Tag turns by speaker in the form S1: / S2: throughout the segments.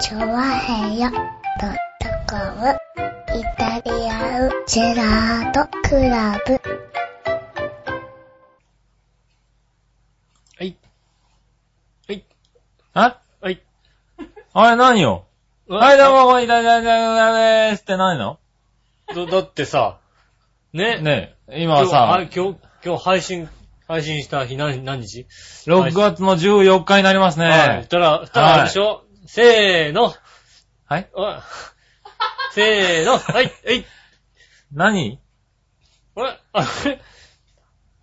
S1: チョワヘヨドットコムイタリアンジェラートクラブ。
S2: はい。はい。
S3: え
S2: はい。
S3: あれ何よはい、どうも、こんにちは、ジャジャジャですってないの
S2: だだってさ、ね。
S3: ねえ、今
S2: 今
S3: は
S2: 日あ
S3: さ
S2: れ、今日、今日配信、配信した日何、何日
S3: 6月の14日になります
S2: はい。し
S3: ね。
S2: たら、したらあれでしょ、せーの。
S3: はい
S2: おいせーの。はい。はい。
S3: 何
S2: あれあれ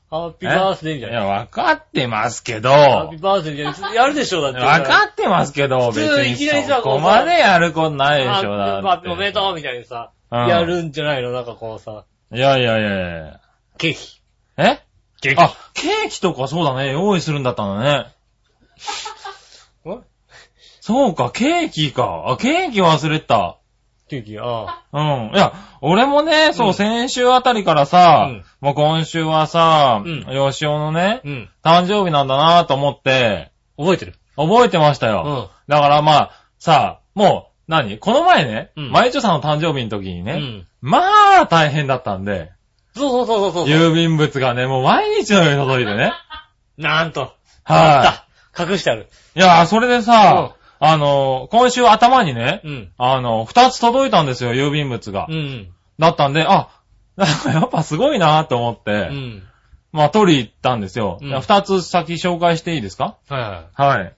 S2: ハッピーバースデーみ
S3: い
S2: たい
S3: や、
S2: な。
S3: わかってますけど、
S2: ハッ
S3: わ
S2: ピーバースデーみたいな。やるでしょだって。
S3: かってますけど、
S2: 普
S3: 別
S2: 通いきなり
S3: に
S2: さ
S3: そこまでやることないでしょ、
S2: ハッピー
S3: だ
S2: バー
S3: っ
S2: ス
S3: て
S2: デーおめでとうみたいにさ、
S3: うん
S2: やるんじゃないのなんかこうさ、
S3: いやいやいやいや
S2: ケーキ。
S3: え
S2: ケーキ。
S3: あ、ケーキとかそうだね、用意するんだったんだね。
S2: ん
S3: そうか、ケーキか。あ、ケーキ忘れてた。
S2: ケーキ、ああ。
S3: うん。いや、俺もね、そう、
S2: うん
S3: 先週あたりからさ、
S2: うん
S3: もう今週はさ、
S2: うん
S3: 吉尾のね
S2: う、ん。
S3: 誕生日なんだなと思って、
S2: 覚えてる
S3: 覚えてました
S2: う
S3: よ。
S2: ん。
S3: だからまあ、さ、もう、何この前ね、
S2: うん
S3: まゆちょさんの誕生日の時に
S2: う
S3: ね、
S2: ん。
S3: まあ、大変だったんで、
S2: そうそうそうそうそう。
S3: 郵便物がね、もう毎日のように届いてね。
S2: なんと。
S3: は
S2: あった。隠してある。
S3: い。いや、それでさ、あの、今週頭にね、
S2: うん。
S3: あの、二つ届いたんですよ、郵便物が
S2: う。ん。
S3: だったんで、あ、なんかやっぱすごいなと思って、
S2: うん。
S3: まあ、取り行ったんですよ。
S2: うん
S3: いや二つ先紹介していいですか
S2: はいは
S3: はい。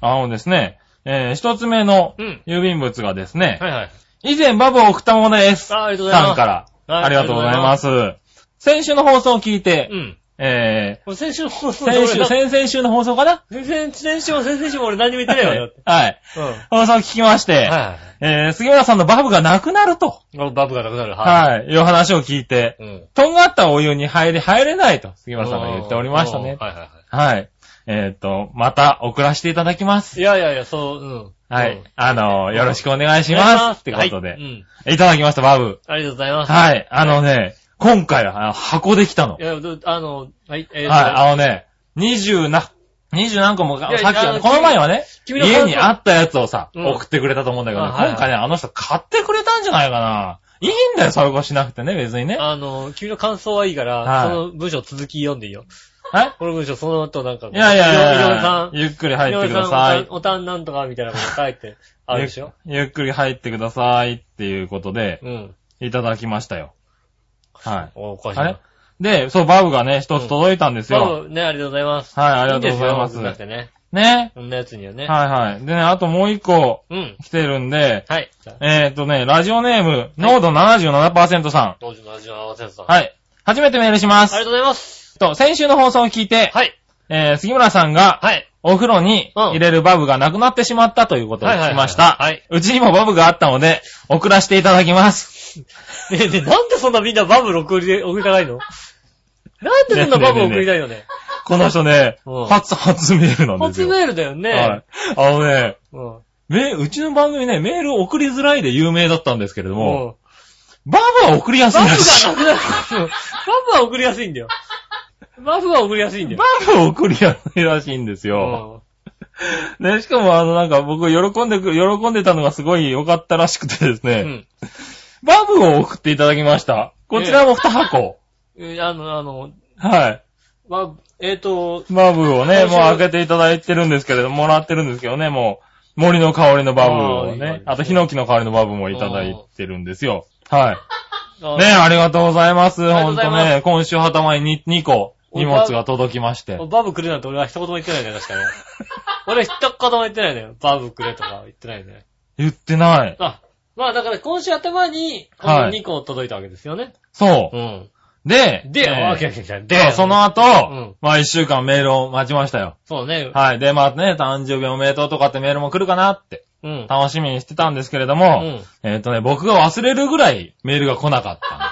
S3: あのですね、えー一つ目の
S2: い。うん。
S3: 郵便物がですね、
S2: はいはい。
S3: 以前バブを送ったものです。
S2: あありがとうございます。
S3: さんから。
S2: はい
S3: ありがとうございま。す。先週の放送を聞いて、
S2: うん。
S3: え
S2: 俺先週の放
S3: ー
S2: 送
S3: 先週、
S2: 先
S3: 先々週の放送かな
S2: 先先週も先々週も俺何も言ってないわよ。
S3: はい。
S2: うん。
S3: 放送を聞きまして、
S2: は
S3: えー杉村さんのバブがなくなると、
S2: い。バブがなくなる。
S3: はい、いう話を聞いて、
S2: い。うん。
S3: とんがったお湯に入れ、入れないと、杉村さんが言っておりましたね
S2: うん。はいはいは
S3: はい。えっ、と、また送らせていただきます
S2: い。い。やいやいや、そう、うん。
S3: は
S2: う
S3: い
S2: ん。。
S3: あの、よろしくお願いし
S2: お願い
S3: ます。ってこと
S2: はいう
S3: で。
S2: ん。
S3: いただきました、バブ。
S2: ありがとうございます。
S3: はい。あのね、今回はあの箱できたの。はいい。
S2: や、どあの、はい、えー
S3: あのね、二十な、二十何個も、さ
S2: いや
S3: っき
S2: あの
S3: の、この前はね、
S2: 君の感
S3: 家
S2: 想
S3: にあったやつをさ、
S2: うん
S3: 送ってくれたと思うんだけどね、
S2: あはい
S3: 今回ね、あの人買ってくれたんじゃないかな。いいんだよ、それこそしなくてね、別にね。
S2: あの、君の感想はいいから、
S3: はい
S2: その文章続き読んでいいよ。
S3: はい
S2: この文章その後なんか、
S3: いやいやいや
S2: 井
S3: い
S2: 上さ
S3: や
S2: ん、、
S3: ゆっくり入ってく
S2: 井上
S3: だ
S2: さ
S3: さい。
S2: んおたおたんなんとかみたいなこと書いてあるでしょ
S3: ゆゆっくり入ってくださいっていうことで、
S2: うん。
S3: いただきましたよ。はい。
S2: おおかしい
S3: あれ
S2: な。
S3: で、そう、バブがね、一つ届いたんですよ。
S2: そう、ね、ありがとうございます。
S3: はい、ありがとうございます。
S2: んですよなくなってね。
S3: ね。
S2: こんなやつにはね。
S3: はいはい。でね、あともう一個
S2: うん。
S3: 来てるんで、
S2: はい。じゃあ、
S3: えー、っとね、ラジオネーム、濃度77%さ
S2: 当時の味を合わせさん。
S3: ん。
S2: あ
S3: はい。初めてメールしま
S2: りがと
S3: す。
S2: うござ います。
S3: と、先週の放送を聞いて、
S2: はい。
S3: えー、杉村さんが、
S2: はい。
S3: お風呂に
S2: うん
S3: 入れるバブがなくなってしまったということを
S2: はい
S3: 聞
S2: はい
S3: き
S2: はい
S3: ました。
S2: はい。
S3: うちにもバブがあったので、送らせていただきます。
S2: ねえねえ、なんでそんなみんなバブル送り、送りたないのなんでそんなバブル送りたいのね。
S3: この人ね
S2: うん、
S3: 初、初メールなんです
S2: 初
S3: よ。
S2: メールだよね。
S3: はい。あのね、
S2: うん。
S3: め、うちの番組ね、メール送りづらいで有名だったんですけれど
S2: う
S3: も、
S2: ん。
S3: バブは送りやすい
S2: バブ
S3: らしい。
S2: がなくなる。バブは送りやすいんだよ。バブは送りやすいんだよ。
S3: バブは送りやすいらしいんですよ。ね、しかもあの、なんか僕喜んでく、喜んでたのがすごい良かったらしくてです
S2: う
S3: ね、
S2: ん。うん
S3: バブを送っていただきました。こちらも2箱。
S2: えあの、あの、
S3: はい。
S2: バえっと、
S3: バブをね、
S2: 最初
S3: もう開けていただいてるんですけれども、もらってるんですけどね、もう、森の香りのバブを
S2: あーいい
S3: ね、
S2: ね
S3: あとヒノキの香りのバブもいただいてるんですよ。はい。ねえ、ありがとうございます。
S2: ありがと
S3: ほ
S2: うんござい
S3: と
S2: ます
S3: ね、今週頭に 2, 個荷物が届きまして。
S2: バブくれなんて俺は一言も言ってないんだよ、確 かね。俺一言も言ってないんだよ。バブくれとか言ってないんだよ。
S3: 言ってない。
S2: あ、まあだから今週頭に、こ
S3: は
S2: の
S3: い
S2: 2個届いたわけですよね。
S3: そうう。
S2: ん。
S3: で、
S2: で、
S3: えー
S2: あ、来た来た来た
S3: で、そ、の後、
S2: ん
S3: まあ一週間メールを待ちましたよ。
S2: そうね。
S3: はい。で、まあね、誕生日おめでとうとかってメールも来るかなって、
S2: うん。
S3: 楽しみにしてたんですけれど
S2: う
S3: も、
S2: ん。
S3: えっ、とね、僕が忘れるぐらいメールが来なかったんで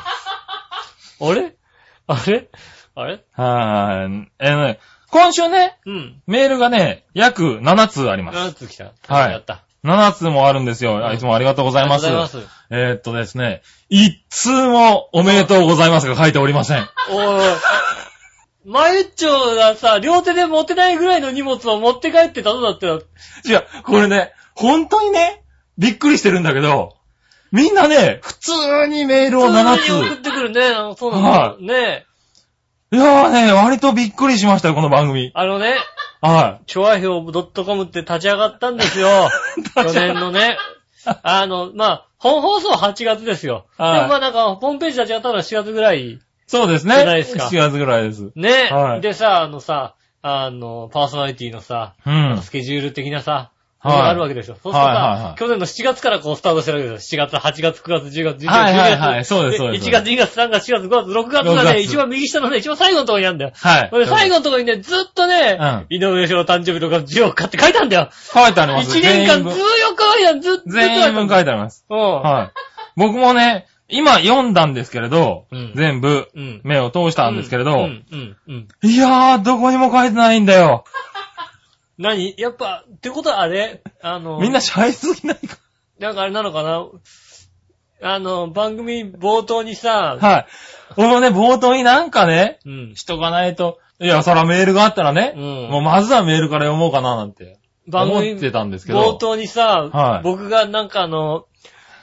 S2: あれあれあれ
S3: す。はーい。えーね、今週ね、
S2: うん。
S3: メールがね、約7通あります。
S2: 何つ来た
S3: はい
S2: やった。
S3: 7通もあるんですよ。
S2: う
S3: あ
S2: ん
S3: いつもありがとうございます。
S2: ありがとうございます。
S3: えー、っとです ね、一通もおめでとうございますが書いておりません。
S2: おいおいマユッチョがさ、両手で持てないぐらいの荷物を持って帰ってたのだってな、
S3: 違う、これね、本当にね、びっくりしてるんだけど、みんなね、普通にメールを7
S2: 普通に送っ
S3: つ。
S2: てくるね。あのそうなんだ。ねえ。
S3: いやーね、割とびっくりしましたよ、この番組。
S2: あのね、
S3: は
S2: チョアヒョウ .com って立ち上がったんですよ。 去年のね。あの、まあ、本放送8月ですよ。
S3: はい
S2: でもまあなんか、ホームページ立ち上がったのは4月ぐらい。
S3: い。そうですね。
S2: じゃないですか
S3: 4月ぐらいです。うん。
S2: ね。
S3: はい
S2: でさ、あのさ、あの、パーソナリティのさ、スケジュール的なさ、
S3: はい
S2: あるわけでしょ。そうするとさ、
S3: はいはいはい
S2: 去年の7月からこうスタートしてるわけですよ。7月、8月、9月、10月、11月、
S3: はいはいはい
S2: 12月
S3: そうですそうです
S2: 1月、2月、3月、4月、5月、6月が
S3: 6
S2: ね、
S3: 月
S2: 一番右下のね、一番最後のとこにあるんだよ。
S3: はい。
S2: 俺最後のとこにね、ずっとね、
S3: う
S2: 井上翔の誕生日とか14日って書いたんだよ。
S3: 書いてあります。
S2: 1年間
S3: 全員分
S2: 14日間ずっと
S3: 全員分書い
S2: た。
S3: てあります。
S2: うん。
S3: はい。僕もね、今読んだんですけれど、
S2: うん
S3: 全部
S2: うん
S3: 目を通したんですけれど、
S2: うん、うん、うん。
S3: いやー、どこにも書いてないんだよ。
S2: 何やっぱ、ってことはあれあの、
S3: みんなシャイすぎないか。
S2: なんかあれなのかなあの、番組冒頭にさ、
S3: はい。俺もね、冒頭になんかね、
S2: うん。
S3: しとかないと。いや、そらメールがあったらね、
S2: うん
S3: もうまずはメールから読もうかななんて
S2: 番
S3: 思
S2: 組
S3: ってたんですけど。
S2: 冒頭にさ、
S3: はい
S2: 僕がなんかあの、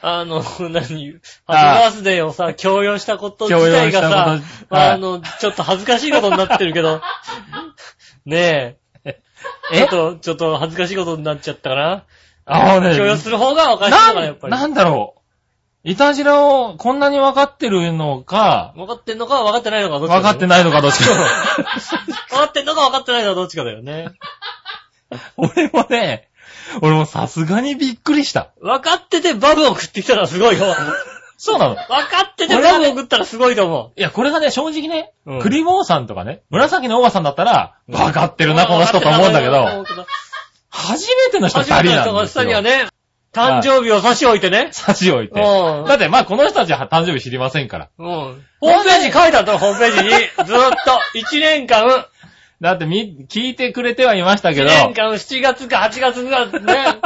S2: あの、 何、ハ
S3: あ
S2: ッピーバースデーをさ、強要したこと自
S3: 強要
S2: 体
S3: した
S2: が
S3: こと
S2: さ、
S3: はい
S2: あの、ちょっと恥ずかしいことになってるけ ど、ねえ、ちょ
S3: え
S2: っと、ちょっと恥ずかしいことになっちゃったかな。
S3: ああね
S2: 強要する方がおかしいのかな、やっぱ
S3: な
S2: り。
S3: んなんだろう。いたじらをこんなに分かってるのか、
S2: 分かってんのか分かってないのかどっち
S3: 分かって
S2: い。
S3: ないのかどっちか。
S2: 分かってんのか分かってないのかどっちかだよね。
S3: 俺もね、俺もさすがにびっくりした。
S2: 分かっててバブを食ってきたらすごいよ。
S3: そうなの。い
S2: 分かっててバブを食ったらすごいと思
S3: や、これがね、正直ね、
S2: うん
S3: クリボーさんとかね、紫のオーバさんだったら、
S2: うん
S3: 分かって
S2: う。
S3: るな、この人と思うんだけど、
S2: ど。
S3: 初めての人二
S2: 初
S3: 人
S2: め
S3: な
S2: ての人
S3: ん
S2: が
S3: ですよ
S2: 下には。ね、誕生日を差し置いてね。
S3: 差し置いて。
S2: うん
S3: だって、まあ、この人たちは誕生日知りませんから。
S2: うん。ホームページ書いたと、ホームペー ジに。ずーっと、1年間、
S3: だって、み、聞いてくれてはいましたけ
S2: 1
S3: ど、
S2: 年間、7月か8月ぐらい ね。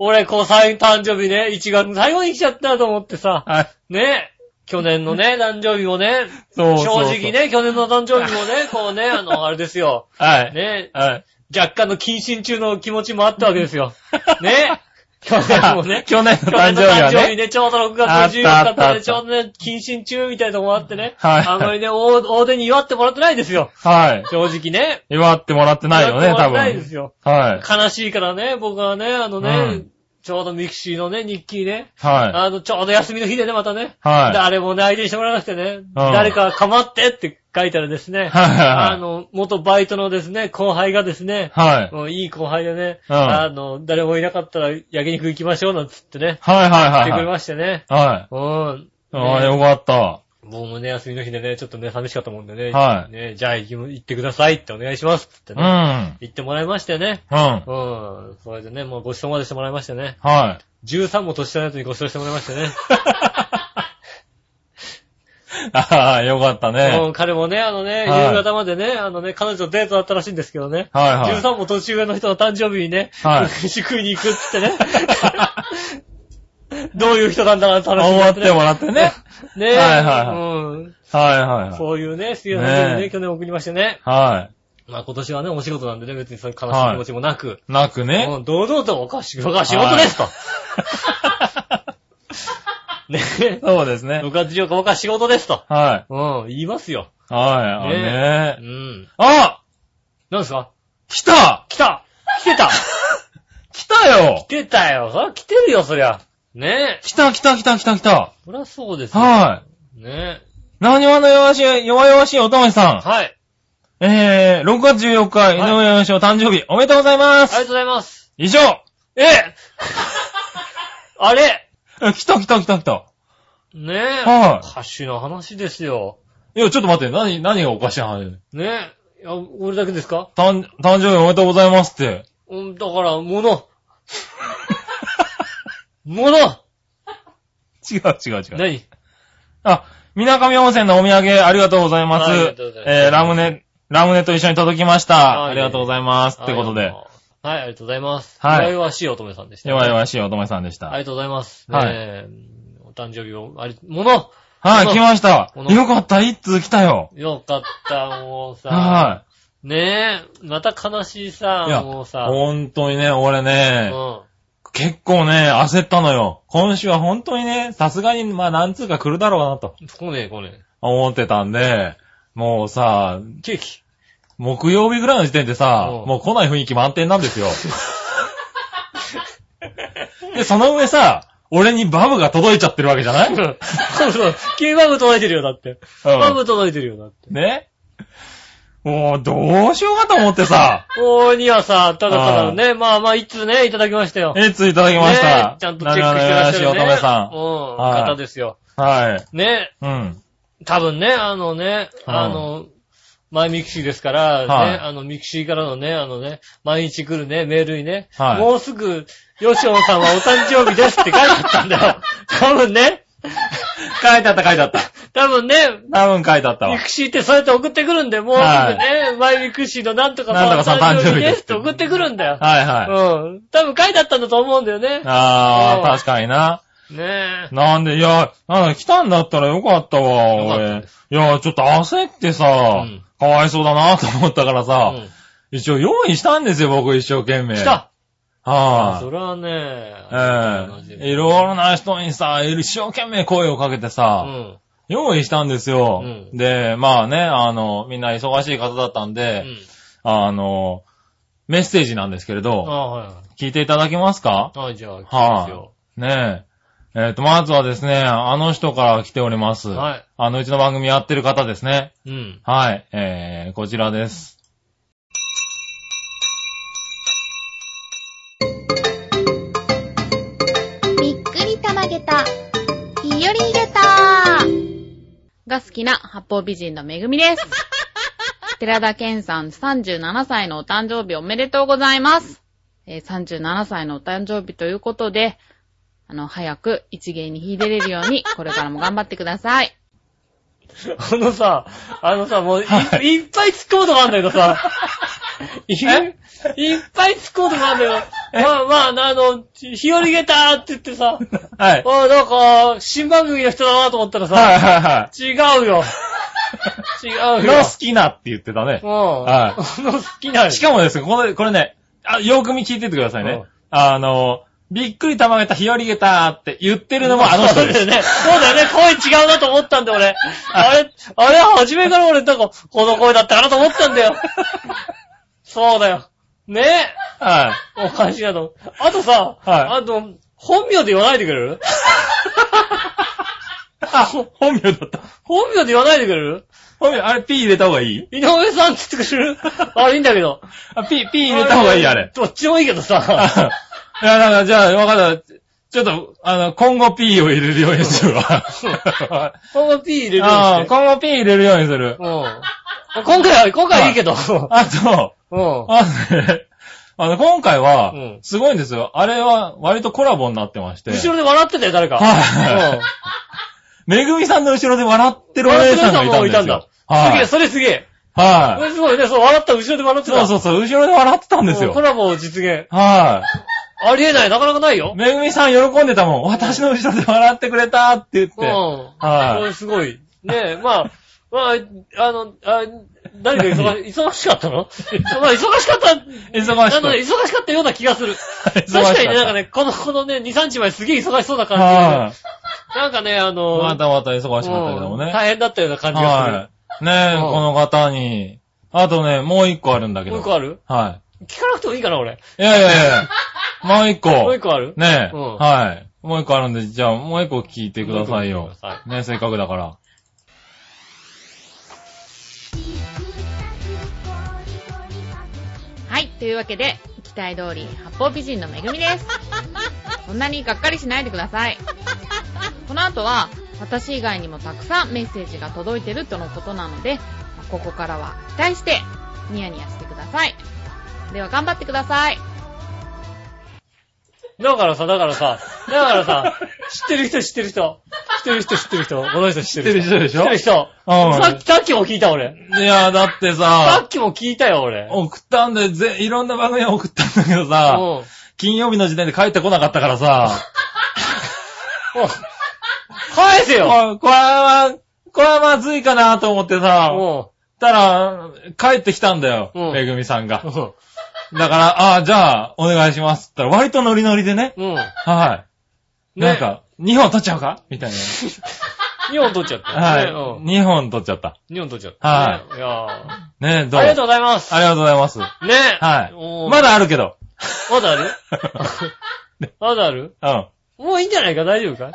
S2: 俺、こう、最誕生日ね、1月最後に来ちゃったと思ってさ、
S3: はい。
S2: ね。去年 のね、誕生日もね、
S3: そうそうそう
S2: 正直。ね、去年の誕生日もね、こうね、あの、あれですよ。
S3: はい。
S2: ね、
S3: はい。。
S2: 若干の謹慎中の気持ちもあったわけですよ。ね。去年も ね
S3: 去年の誕生日は
S2: 去年の誕生日
S3: ね。
S2: ね、ちょうど6月
S3: あっ
S2: 14
S3: た
S2: 日だ
S3: あ
S2: っ
S3: ったた
S2: んで、ちょうどね、謹慎中みたいなのもあってね。
S3: はい
S2: あんまりね、大大手に祝ってもらってないですよ。
S3: はい。
S2: 正直ね。
S3: 祝ってもらってないよ
S2: 祝
S3: ね、
S2: って
S3: 多
S2: もらってないです
S3: 分。
S2: よ。
S3: はい。
S2: 悲しいからね、僕はね、あのね、
S3: うん
S2: ちょうどミキシーのね、日記ね。
S3: は
S2: あの、ちょうど休みの日でね、またね。
S3: い。はい。
S2: 誰もね、相手にしてもらわなくてね、誰か構ってって書いたらですね、
S3: はいはい
S2: あの、元バイトのですね、後輩がですね、
S3: はい。
S2: もういい後輩でね、
S3: うん
S2: あの、誰もいなかったら焼肉行きましょうなんつってね、
S3: はい
S2: 来
S3: はい
S2: て
S3: はい
S2: く
S3: は
S2: れ
S3: い。
S2: ましてね。
S3: はい。
S2: うん。
S3: ああ、
S2: ね
S3: よかった。
S2: 僕もね、休みの日でね、ちょっとね、寂しかったもんでね、
S3: はい
S2: ねじゃあ行き行ってくださいってお願いしますっつって
S3: う
S2: ね、
S3: ん。
S2: 行ってもらいましてね。
S3: うん。
S2: うん。それでね、もうご馳走までしてもらいましてね。
S3: は
S2: 13も年下のやつにご馳走してもらいましてね。
S3: い。 ああ、よかった
S2: う
S3: ね。
S2: ん、彼もね、あのね、
S3: はい
S2: 夕方までね、あのね、彼女とデートだったらしいんですけどね。
S3: はいはい。
S2: 13も年上の人の誕生日にね、
S3: はい
S2: 飯食いに行くっつってね。 どういう人なんだなって話に
S3: 思
S2: な
S3: っ
S2: って
S3: てもらってね。
S2: ね。ねえ。
S3: はいはいは
S2: うん。
S3: はいはいはい。
S2: そういうね、水曜の夜に
S3: ね
S2: ね、
S3: え
S2: 去年送りましてね。
S3: は
S2: まあ今年はね、お仕事なんでね、別にそういう悲しい
S3: はい
S2: 気持ちもなく。
S3: い。なくね。
S2: うん、堂々とおかしく、僕は仕事ですと。 ねえ。
S3: そうですね。
S2: 部活業僕は仕事ですと。
S3: は
S2: うん、言いますよ。
S3: い。はい。
S2: ね
S3: ねえ。
S2: うん。
S3: あ
S2: 何ですか
S3: 来た
S2: 来た来て た
S3: 来たよ
S2: 来てたよそりゃ来てるよ、そりゃ。ねえ。
S3: 来た来た来た来た来た。
S2: そりゃそうですよ。。
S3: はい
S2: ねえ。
S3: い。何話の弱々しい、弱々しいおとめさん。
S2: はい。
S3: えー、6月14日、井上洋お誕生日、おめでとうございま
S2: ありがとう
S3: す
S2: ございます。
S3: 以上
S2: ええあれ
S3: え来た来た来た来た。
S2: ねえ。
S3: はい
S2: 歌手の話ですよ。
S3: いや、ちょっと待って、何、何がおかしい話
S2: ねえ。いや、俺だけですか
S3: 誕、誕生日おめでとうございますって。
S2: うん、だから、物。
S3: 違
S2: 物
S3: う違う違う。
S2: 何
S3: あ、水上温泉のお土産ありがとうございます。
S2: ありがとうございます
S3: えー、ラムネ、ラムネと一緒に届きました。
S2: はい
S3: ありがとうございます。ってことで、
S2: はい、ありがとうございます。
S3: はい
S2: 弱々しい乙女さんでした。
S3: 弱々しいおとめさんでし
S2: あ
S3: た。
S2: りがとうございます。ね
S3: はい
S2: えお誕生日を、あり、もの
S3: はい、
S2: この
S3: 来ました。
S2: この
S3: よかった、一通来たよ。
S2: よかった、もうさ。
S3: は
S2: ねえ、また悲しいさ
S3: い。い、や、
S2: もうさ。
S3: 本当にね、俺
S2: う
S3: ね、
S2: ん。
S3: 結構ね、焦ったのよ。今週は本当にね、さすがに、まあ、何通か来るだろうなと
S2: 来ねえ、来ね
S3: 思ってたんで、もうさ、
S2: え。ケーキ。
S3: 木曜日ぐらいの時点でさ、
S2: うん
S3: もう来ない雰囲気満点なんですよ。 で、その上さ、俺にバブが届いちゃってるわけじゃない
S2: うんそうそう。キーバブ届いてるよ、だって。
S3: うん
S2: バブ届いてるよ、だって。
S3: ねもう、どうしようかと思ってさ、
S2: おーにはさ、ただただね、まあまあ、一通ね、いただきましたよ。
S3: え、ついただきました。
S2: ねえちゃんとチェックしてらっしゃる、ね。
S3: なにわのよしおとめさ
S2: うん
S3: ん。、はい
S2: 方ですよ。
S3: はい。
S2: ね、
S3: うん。
S2: 多分ね、あのね、
S3: うん
S2: あの、マイミクシーですから、ね、
S3: はい
S2: あの、ミクシーからのね、あのね、毎日来るね、メールにね、
S3: はい
S2: もうすぐ、ヨシオンさんはお誕生日ですって書いてあったんだよ。多分ね、
S3: 書いてあった、書いてあった。
S2: 多分ね、
S3: 多分書いてあったわ
S2: ミ。クシーってそうやって送ってくるんで、もうすぐね、マイミクシーのなんとかさ
S3: な
S2: ん
S3: んとかさん
S2: お誕
S3: 誕
S2: 生日
S3: 生日
S2: で
S3: ですす
S2: って送ってくるんだよ。
S3: はいは
S2: うん。多分書いてあったんだと思うんだよね
S3: い。。あ
S2: うん
S3: あ、確かにな。
S2: ねえ。
S3: なんで、いや、なんだ、来たんだったらよかったわ、
S2: よかった
S3: 俺
S2: で。
S3: いや、ちょっと焦ってさ、
S2: ん
S3: かわいそうだなと思ったからさ、
S2: うん
S3: 一応用意したんですよ、僕一生懸命。
S2: 来たあそ
S3: は
S2: れはね、
S3: い、ええいろいろな人にさ、一生懸命声をかけて
S2: う
S3: さ、
S2: ん。
S3: 用意したんですよ、
S2: うん
S3: で、まあね、あの、みんな忙しい方だったん
S2: う
S3: で、
S2: ん。
S3: あの、メッセージなんですけれ
S2: あ
S3: ど、
S2: あ、はい。
S3: 聞いていただけますか
S2: はい、じゃあ、聞きま
S3: は
S2: すよ。
S3: い、ねえ。えっ、と、まずはですね、あの人から来ております。
S2: はい。
S3: あの、うちの番組やってる方ですね。
S2: うん。
S3: はい。えー、こちら です。
S4: びっくりたまげた、ひよりげたが好きな八方美人のめぐみです。寺田健さん37歳のお誕生日おめでとうございます。えー37歳のお誕生日ということで、あの、早く一芸に秀でれるように、これからも頑張ってください。
S2: あのさ、あのさ、もうい、、
S3: はい
S2: っぱい突っ込むとこあんだけど さ、いいっぱい突っ込むとこあんだけど、まあまあ、あの、日和げたーって言って さ、
S3: はい。
S2: あなんか、新番組の人だなと思ったらさ、
S3: はいはいは
S2: 違う よ。違
S3: い。
S2: うよ
S3: の。好きなって言ってたね
S2: う。ん。
S3: は
S2: の好きなよ
S3: しかもですね、これ、これね、あ、よく見聞いててくださいね
S2: うん。
S3: あの、びっくりたまげた、日和げたって言ってるのもあの人で
S2: そう
S3: す。
S2: だよね。そうだよね。声違うなと思ったんだよ、俺。あれ、あれ、初めから俺、なんか、この声だったかなと思ったんだよ。そうだよ。ね
S3: はい。
S2: え。おかしいなと思う。あとさ、
S3: はい
S2: あと、本名で言わないでく れる
S3: あ、ほ本名だった。
S2: 本名で言わないでくれる
S3: 本名、あれ P 入れた方がいい
S2: 井上さんって言ってくれる あれ、いいんだけど。
S3: あ、P、P 入れた方がいい、あれ。
S2: どっちもいいけどさ。
S3: あいや、なんか、じゃあ、わかった。ちょっと、あの、今後 P を入れるようにするわ。あ
S2: この P 入れるように
S3: あ
S2: し
S3: ー、
S2: て。
S3: 今後 P 入れるようにする。
S2: うん。今回は、今回はいいけど。
S3: あと、
S2: うん。
S3: あのね、あの、今回は
S2: うん、
S3: すごいんですよ。あれは、割とコラボになってまして。
S2: 後ろで笑ってたよ、誰か。
S3: はい
S2: うん
S3: めぐみさんの後ろで笑ってるお姉さんがいたんですよ。
S2: すげ
S3: は
S2: え、
S3: い。
S2: それすげえ。そ
S3: はい。
S2: れすごいね、そう、笑った、後ろで笑ってた。
S3: そうそうそう、後ろで笑ってたんですよ。
S2: コラボを実現。
S3: は
S2: ありえない、なかなかないよ
S3: い。。めぐみさん喜んでたもん。私の後ろで笑ってくれたって言っ
S2: うん。
S3: て。
S2: こ
S3: は
S2: れすごい。ねえ、まあ、まあ、あの、あ誰か忙忙しかったのまあ、忙しかった。
S3: い。忙し
S2: なので、
S3: く。
S2: 忙しかったような気が する。
S3: 確
S2: 確かにね、なんかね、この、このね、2、3日前すげえ忙しそうな感じ
S3: は
S2: で。なんかね、あ
S3: い。
S2: の、
S3: またまた忙しかったけども
S2: うん
S3: ね。
S2: 大変だったような感じがする。
S3: はい。ねえ、
S2: うん
S3: この方に。あとね、もう一個あるんだけど。
S2: もう一個ある
S3: は
S2: 聞かなくてもいいかな、俺。
S3: い。いやいやいや、もう一個。
S2: もう一個ある
S3: ねえ、
S2: うん
S3: はい。もう一個あるんで、じゃあもう一個聞いてください
S2: もう
S3: よ
S2: 一個聞いてくだ。
S3: ねえ、せっかくだから。
S4: はい、というわけで、期待通り、八方美人のめぐみです。そんなにがっかりしないでください。この後は、私以外にもたくさんメッセージが届いてるとのことなので、まあここからは期待して、ニヤニヤしてください。では頑張ってください。
S2: だからさ、だからさ、だからさ、 知ってる人知ってる人。知ってる人知ってる人。この人知
S3: 知
S2: っ
S3: っててる
S2: る人。
S3: 人でしょ
S2: 知ってる人。
S3: うん
S2: さっき、さっきも聞いた俺。
S3: いや、だって
S2: さ っ
S3: さ、
S2: きも聞いたよ俺。
S3: 送ったんで、ぜ、いろんな番組送ったんだけど
S2: うん。
S3: さ、
S2: もう
S3: 金曜日の時点で帰ってこなかったからさ、
S2: 帰返せよ
S3: おいこれは、これはまずいかなと思ってさ、
S2: も
S3: たら、帰ってきたんだよ、
S2: うん
S3: めぐみさんが
S2: う。。うん。
S3: だから、あじゃあ、お願いします。って言ったら、割とノリノリでね。
S2: うん。
S3: はい。
S2: ね
S3: なんか、2本取っちゃうかみたいな。
S2: 2本取っちゃった。ね
S3: はい。2本取っちゃった。
S2: うん。2本取っちゃった。。
S3: はい
S2: いやー
S3: ねどう
S2: ありがとうございます。
S3: ありがとうございます。
S2: ね
S3: はい
S2: おー
S3: まだあるけど。
S2: まだ あるまだある
S3: うん。 ま
S2: もういいんじゃないか大丈夫か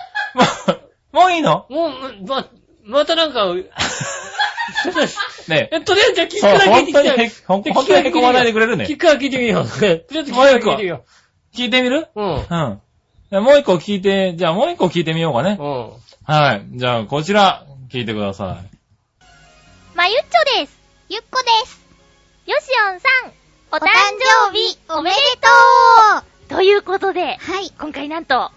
S3: あ、もういいの
S2: もう、ま、またなんか、
S3: ね
S2: え、とりあえずじゃあ聞く
S3: そう、
S2: だけ聞
S3: 本
S2: いて
S3: 当
S2: き
S3: に
S2: て
S3: へ、ほん本当にへこまないでくれるね
S2: 聞。くは聞いてみよう。とりあえず聞くは聞いてみよ
S3: 聞いてみる
S2: う。う
S3: う
S2: ん。
S3: ん。じゃあもう一個聞いて、じゃあもう一個聞いてみようかね。
S2: うん。
S3: はい。じゃあ、こちら、聞いてください。
S5: まゆっちょです。ゆっこです。よしおんさん、お誕生日おめでとうということで、はい、今回なんと、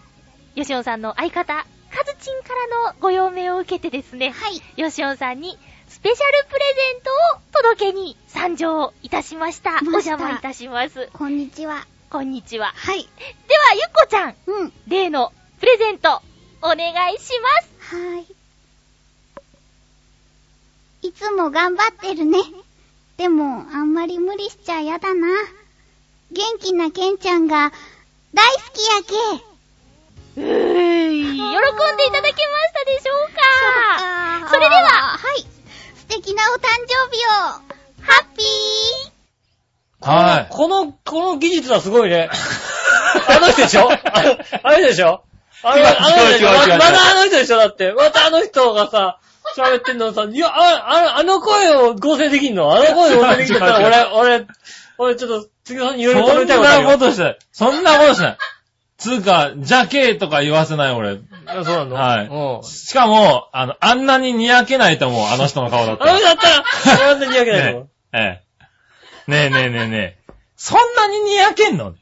S5: よしおんさんの相方、かずちんからのご用命を受けてですね、はい、よしおんさんにスペシャルプレゼントを届けに参上いたしました。お
S1: ました
S5: 邪魔いたします。
S1: こんにちは。
S5: こんにちは。
S1: はい。
S5: では、ゆっこちゃん、
S1: うん。
S5: 例のプレゼント、お願いします。
S1: はい。いつも頑張ってるね。でも、あんまり無理しちゃやだな。元気なケンちゃんが大好きやけ。
S5: うーい喜んでいただけましたでしょうか
S1: あー
S5: それでは
S1: はい。素敵なお誕生日を。ハッピー
S3: はい。
S2: この、この技術はすご いね。あの人でしょあの あれでしょあの
S3: 違う
S2: あの人でしょ
S3: 違う違う違う
S2: ままたあの人でしょだって。またあの人がさ、喋ってんのさ、いや、あああの声を合成できんのあの声を合成できんの
S3: 違う違う違
S2: 俺、俺、俺ちょっと、次のさんにいろいろ
S3: そ
S2: 頼
S3: ん
S2: みたいことある
S3: なこ
S2: よ。
S3: としない。そんなことしない。つうか、じゃけーとか言わせない俺。
S2: あそうなの
S3: はい
S2: うん。
S3: しかも、あの、あんなににやけないと思う、あの人の顔だった
S2: あの
S3: ら。
S2: 人だったら、なんでにやけな い
S3: ね
S2: の
S3: え。ええ。ねえねえねえねえ。そんなににやけんのね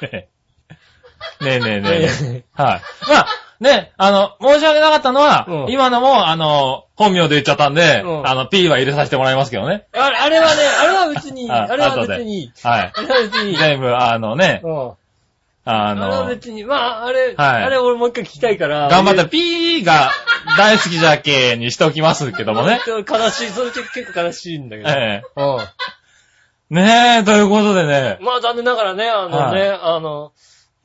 S3: えねえねえねえねえ。はい。まあ、ね、あの、申し訳なかったのは
S2: う、ん
S3: 今のも、あの、本名で言っちゃったんで
S2: う、ん
S3: あの、P は入れさせてもらいますけどね。
S2: あれあれはね、あれは別に、
S3: あ
S2: あれは
S3: 後で
S2: 別に、
S3: はい。
S2: あれは別に、
S3: 全部、あのね
S2: う、ん。
S3: あ
S2: あれは
S3: の、
S2: 別に、まあ、あれ、
S3: はい
S2: あれ俺もう一回聞きたいから。
S3: 頑張ったピーが大好きじゃけにしておきますけどもね。
S2: 悲しい、 それ結構悲しいんだけ ど。
S3: ええ。
S2: う
S3: ねえ、ということでね
S2: ん。。まあ残念ながらね、あの
S3: は
S2: ね、あの、